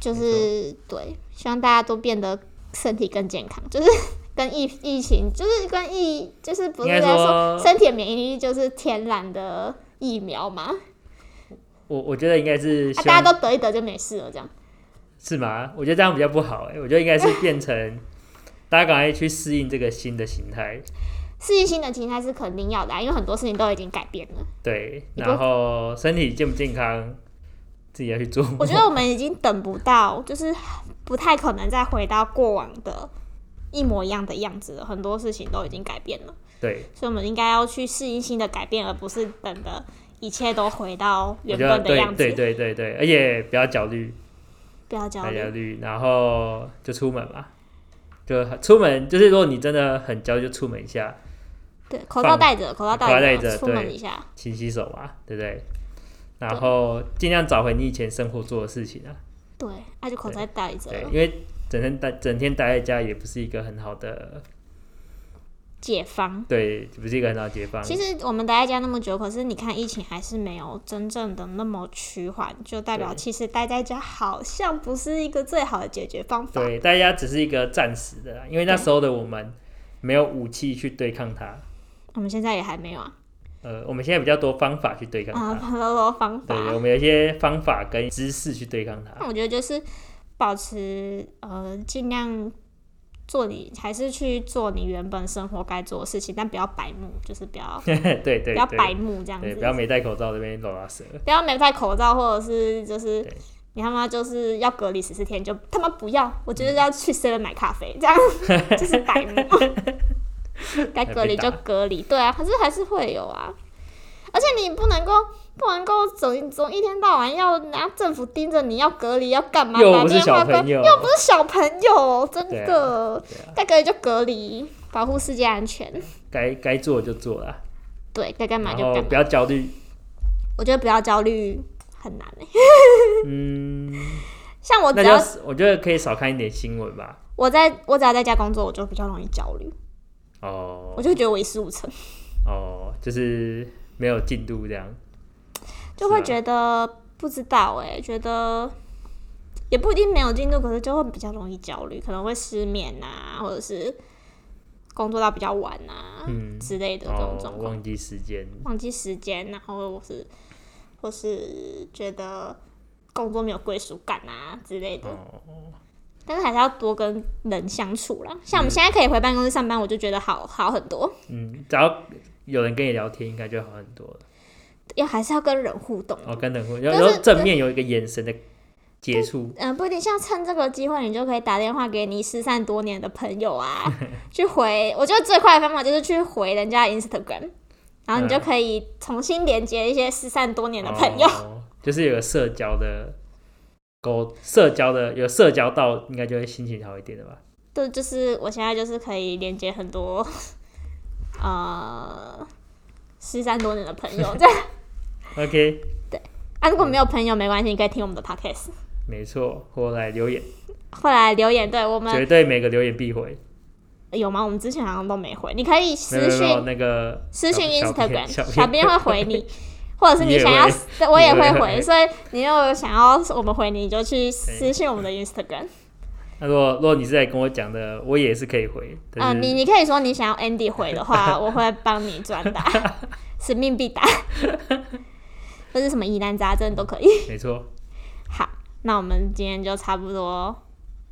[SPEAKER 2] 就是对，希望大家都变得身体更健康，就是 跟疫疫情，就是跟疫，就是不是
[SPEAKER 1] 应该
[SPEAKER 2] 在
[SPEAKER 1] 说
[SPEAKER 2] 说身体的免疫力就是天然的疫苗嘛？
[SPEAKER 1] 我我觉得应该是
[SPEAKER 2] 啊，
[SPEAKER 1] 希
[SPEAKER 2] 大
[SPEAKER 1] 望、
[SPEAKER 2] 家都得一得就没事了，这样。
[SPEAKER 1] 是吗？我觉得这样比较不好哎、我觉得应该是变成大家赶快去适应这个新的形态，
[SPEAKER 2] 适应新的形态是肯定要的、啊，因为很多事情都已经改变了。
[SPEAKER 1] 对，
[SPEAKER 2] 你
[SPEAKER 1] 然后身体健不健康自己要去做。
[SPEAKER 2] 我觉得我们已经等不到，就是不太可能再回到过往的一模一样的样子了，很多事情都已经改变了。
[SPEAKER 1] 对，
[SPEAKER 2] 所以我们应该要去适应新的改变，而不是等的一切都回到
[SPEAKER 1] 我
[SPEAKER 2] 原
[SPEAKER 1] 觉得
[SPEAKER 2] 本的
[SPEAKER 1] 对
[SPEAKER 2] 样子。
[SPEAKER 1] 对对对对，而且不要焦虑，
[SPEAKER 2] 不要焦
[SPEAKER 1] 不要
[SPEAKER 2] 虑
[SPEAKER 1] 焦。虑，然后就出门嘛。就出门，就是如果你真的很焦，就出门一下，
[SPEAKER 2] 对，口罩戴着，口罩
[SPEAKER 1] 口罩戴
[SPEAKER 2] 戴
[SPEAKER 1] 着
[SPEAKER 2] 着，出
[SPEAKER 1] 对
[SPEAKER 2] 门一下。
[SPEAKER 1] 勤洗手嘛，对不对？然后尽量找回你以前生活做的事情啊，
[SPEAKER 2] 对，那就口罩戴着
[SPEAKER 1] 对，因为整天待整天待在家也不是一个很好的，
[SPEAKER 2] 解放。
[SPEAKER 1] 对，不是一个很好的解放。
[SPEAKER 2] 其实我们待在家那么久，可是你看疫情还是没有真正的那么趋缓，就代表
[SPEAKER 1] 对
[SPEAKER 2] 其实待在家好像不是一个最好的解决方法。
[SPEAKER 1] 对，大家只是一个暂时的啦，因为那时候的我们没有武器去对抗它。
[SPEAKER 2] 我们现在也还没有啊，
[SPEAKER 1] 呃，我们现在比较多方法去对抗
[SPEAKER 2] 啊，
[SPEAKER 1] 它。
[SPEAKER 2] 很多方法。
[SPEAKER 1] 对，我们有一些方法跟知识去对抗它。
[SPEAKER 2] 那我觉得就是保持呃，尽量做你还是去做你原本生活该做的事情，但不要白目，就是不要
[SPEAKER 1] 对 对
[SPEAKER 2] 嗯不
[SPEAKER 1] 对，
[SPEAKER 2] 要白目这样
[SPEAKER 1] 对，
[SPEAKER 2] 子，
[SPEAKER 1] 不要没戴口罩这边拉拉舌。
[SPEAKER 2] 不要没戴口罩，或者是就是
[SPEAKER 1] 对
[SPEAKER 2] 你他妈就是要隔离十四天，就他妈不要，我就是要
[SPEAKER 1] 嗯
[SPEAKER 2] 去 seven 买咖啡，这 样就是白目。该隔离就隔离，对啊，可是还是会有啊。而且你不能够不能够总总一天到晚要拿政府盯着你要隔离要干嘛，
[SPEAKER 1] 又
[SPEAKER 2] 打
[SPEAKER 1] 不是
[SPEAKER 2] 电话
[SPEAKER 1] 小
[SPEAKER 2] 跟
[SPEAKER 1] 朋友，
[SPEAKER 2] 不是小朋友，真
[SPEAKER 1] 对啊
[SPEAKER 2] 的
[SPEAKER 1] 对啊
[SPEAKER 2] 该隔离就隔离，保护世界安全。
[SPEAKER 1] 该该做就做啦，
[SPEAKER 2] 对，该干嘛
[SPEAKER 1] 然
[SPEAKER 2] 就
[SPEAKER 1] 后
[SPEAKER 2] 干嘛。
[SPEAKER 1] 不要焦虑。
[SPEAKER 2] 我觉得不要焦虑很难诶、
[SPEAKER 1] 嗯，
[SPEAKER 2] 像我只
[SPEAKER 1] 那
[SPEAKER 2] 要
[SPEAKER 1] 就我觉得可以少看一点新闻吧。
[SPEAKER 2] 我在我只要在家工作，我就比较容易焦虑，我
[SPEAKER 1] 哦
[SPEAKER 2] 就会觉得我一事无成，
[SPEAKER 1] 哦，就是没有进度这样。
[SPEAKER 2] 就
[SPEAKER 1] 啊
[SPEAKER 2] 会觉得不知道诶、觉得也不一定没有进度，可是就会比较容易焦虑，可能会失眠啊，或者是工作到比较晚啊、
[SPEAKER 1] 嗯，
[SPEAKER 2] 之类的这种
[SPEAKER 1] 哦
[SPEAKER 2] 状，况。
[SPEAKER 1] 忘记时间。
[SPEAKER 2] 忘记时间，然后我是或是觉得工作没有归属感啊之类的，
[SPEAKER 1] 哦，
[SPEAKER 2] 但是还是要多跟人相处啦。像我们现在可以回办公室上班，我就觉得好好很多，
[SPEAKER 1] 嗯，只要有人跟你聊天，应该就好很多了。
[SPEAKER 2] 要还是要跟人互动。啊
[SPEAKER 1] 哦，跟人会，
[SPEAKER 2] 但
[SPEAKER 1] 然
[SPEAKER 2] 是
[SPEAKER 1] 后正面有一个眼神的接触，
[SPEAKER 2] 嗯、不一定。像趁这个机会，你就可以打电话给你失散多年的朋 友啊，去回。我觉得最快的方法就是去回人家的 Instagram，然后你就
[SPEAKER 1] 嗯
[SPEAKER 2] 可以重新连接一些失散多年的朋友。
[SPEAKER 1] 哦就是有个社交的沟，社交的有社交到，应该就会心情好一点的吧。
[SPEAKER 2] 对，就是我现在就是可以连接很多呃失散多年的朋 友。这样
[SPEAKER 1] OK，
[SPEAKER 2] 啊，如果没有朋友没关系，你可以听我们的 podcast，
[SPEAKER 1] 没错，或来留言，
[SPEAKER 2] 后来留言对我们
[SPEAKER 1] 绝对每个留言必回。
[SPEAKER 2] 有吗？我们之前好像都没回，你可以
[SPEAKER 1] 没有
[SPEAKER 2] 私
[SPEAKER 1] 没有没有
[SPEAKER 2] 讯
[SPEAKER 1] 那个
[SPEAKER 2] 私讯
[SPEAKER 1] 小小编
[SPEAKER 2] Instagram，
[SPEAKER 1] 小
[SPEAKER 2] 小编会回你。或者是
[SPEAKER 1] 你
[SPEAKER 2] 你
[SPEAKER 1] 也
[SPEAKER 2] 想要
[SPEAKER 1] 会
[SPEAKER 2] 私，我也
[SPEAKER 1] 你
[SPEAKER 2] 会
[SPEAKER 1] 也会
[SPEAKER 2] 回，
[SPEAKER 1] 回
[SPEAKER 2] 所以你如果想要我们回你，你就去私信我们的 Instagram。
[SPEAKER 1] 那如果如果你是在跟我讲的，我也是可以回。但
[SPEAKER 2] 嗯、
[SPEAKER 1] 是
[SPEAKER 2] 你你可以说你想要 Andy 回 的话，我会帮你转达，使命必达，或是什么疑难杂症都可以。
[SPEAKER 1] 没错，
[SPEAKER 2] 好，那我们今天就差不多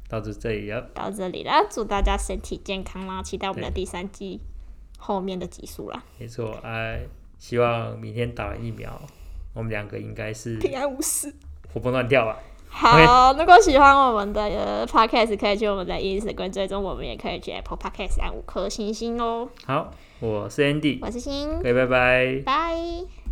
[SPEAKER 1] 到这这里了，
[SPEAKER 2] 到这里了，祝大家身体健康啦！期待我们的第三季后面的集数啦，
[SPEAKER 1] 没错。哎、希望明天打完疫苗，我们两个应该是
[SPEAKER 2] 平安无事。
[SPEAKER 1] 活蹦乱跳吧。
[SPEAKER 2] 好，如果喜欢我们的呃 podcast，可以去我们的 Instagram 追踪，我们也可以去 Apple Podcast 按五颗星星哦。
[SPEAKER 1] 好，我是 Andy，
[SPEAKER 2] 我是星
[SPEAKER 1] 各，位拜拜。
[SPEAKER 2] 拜。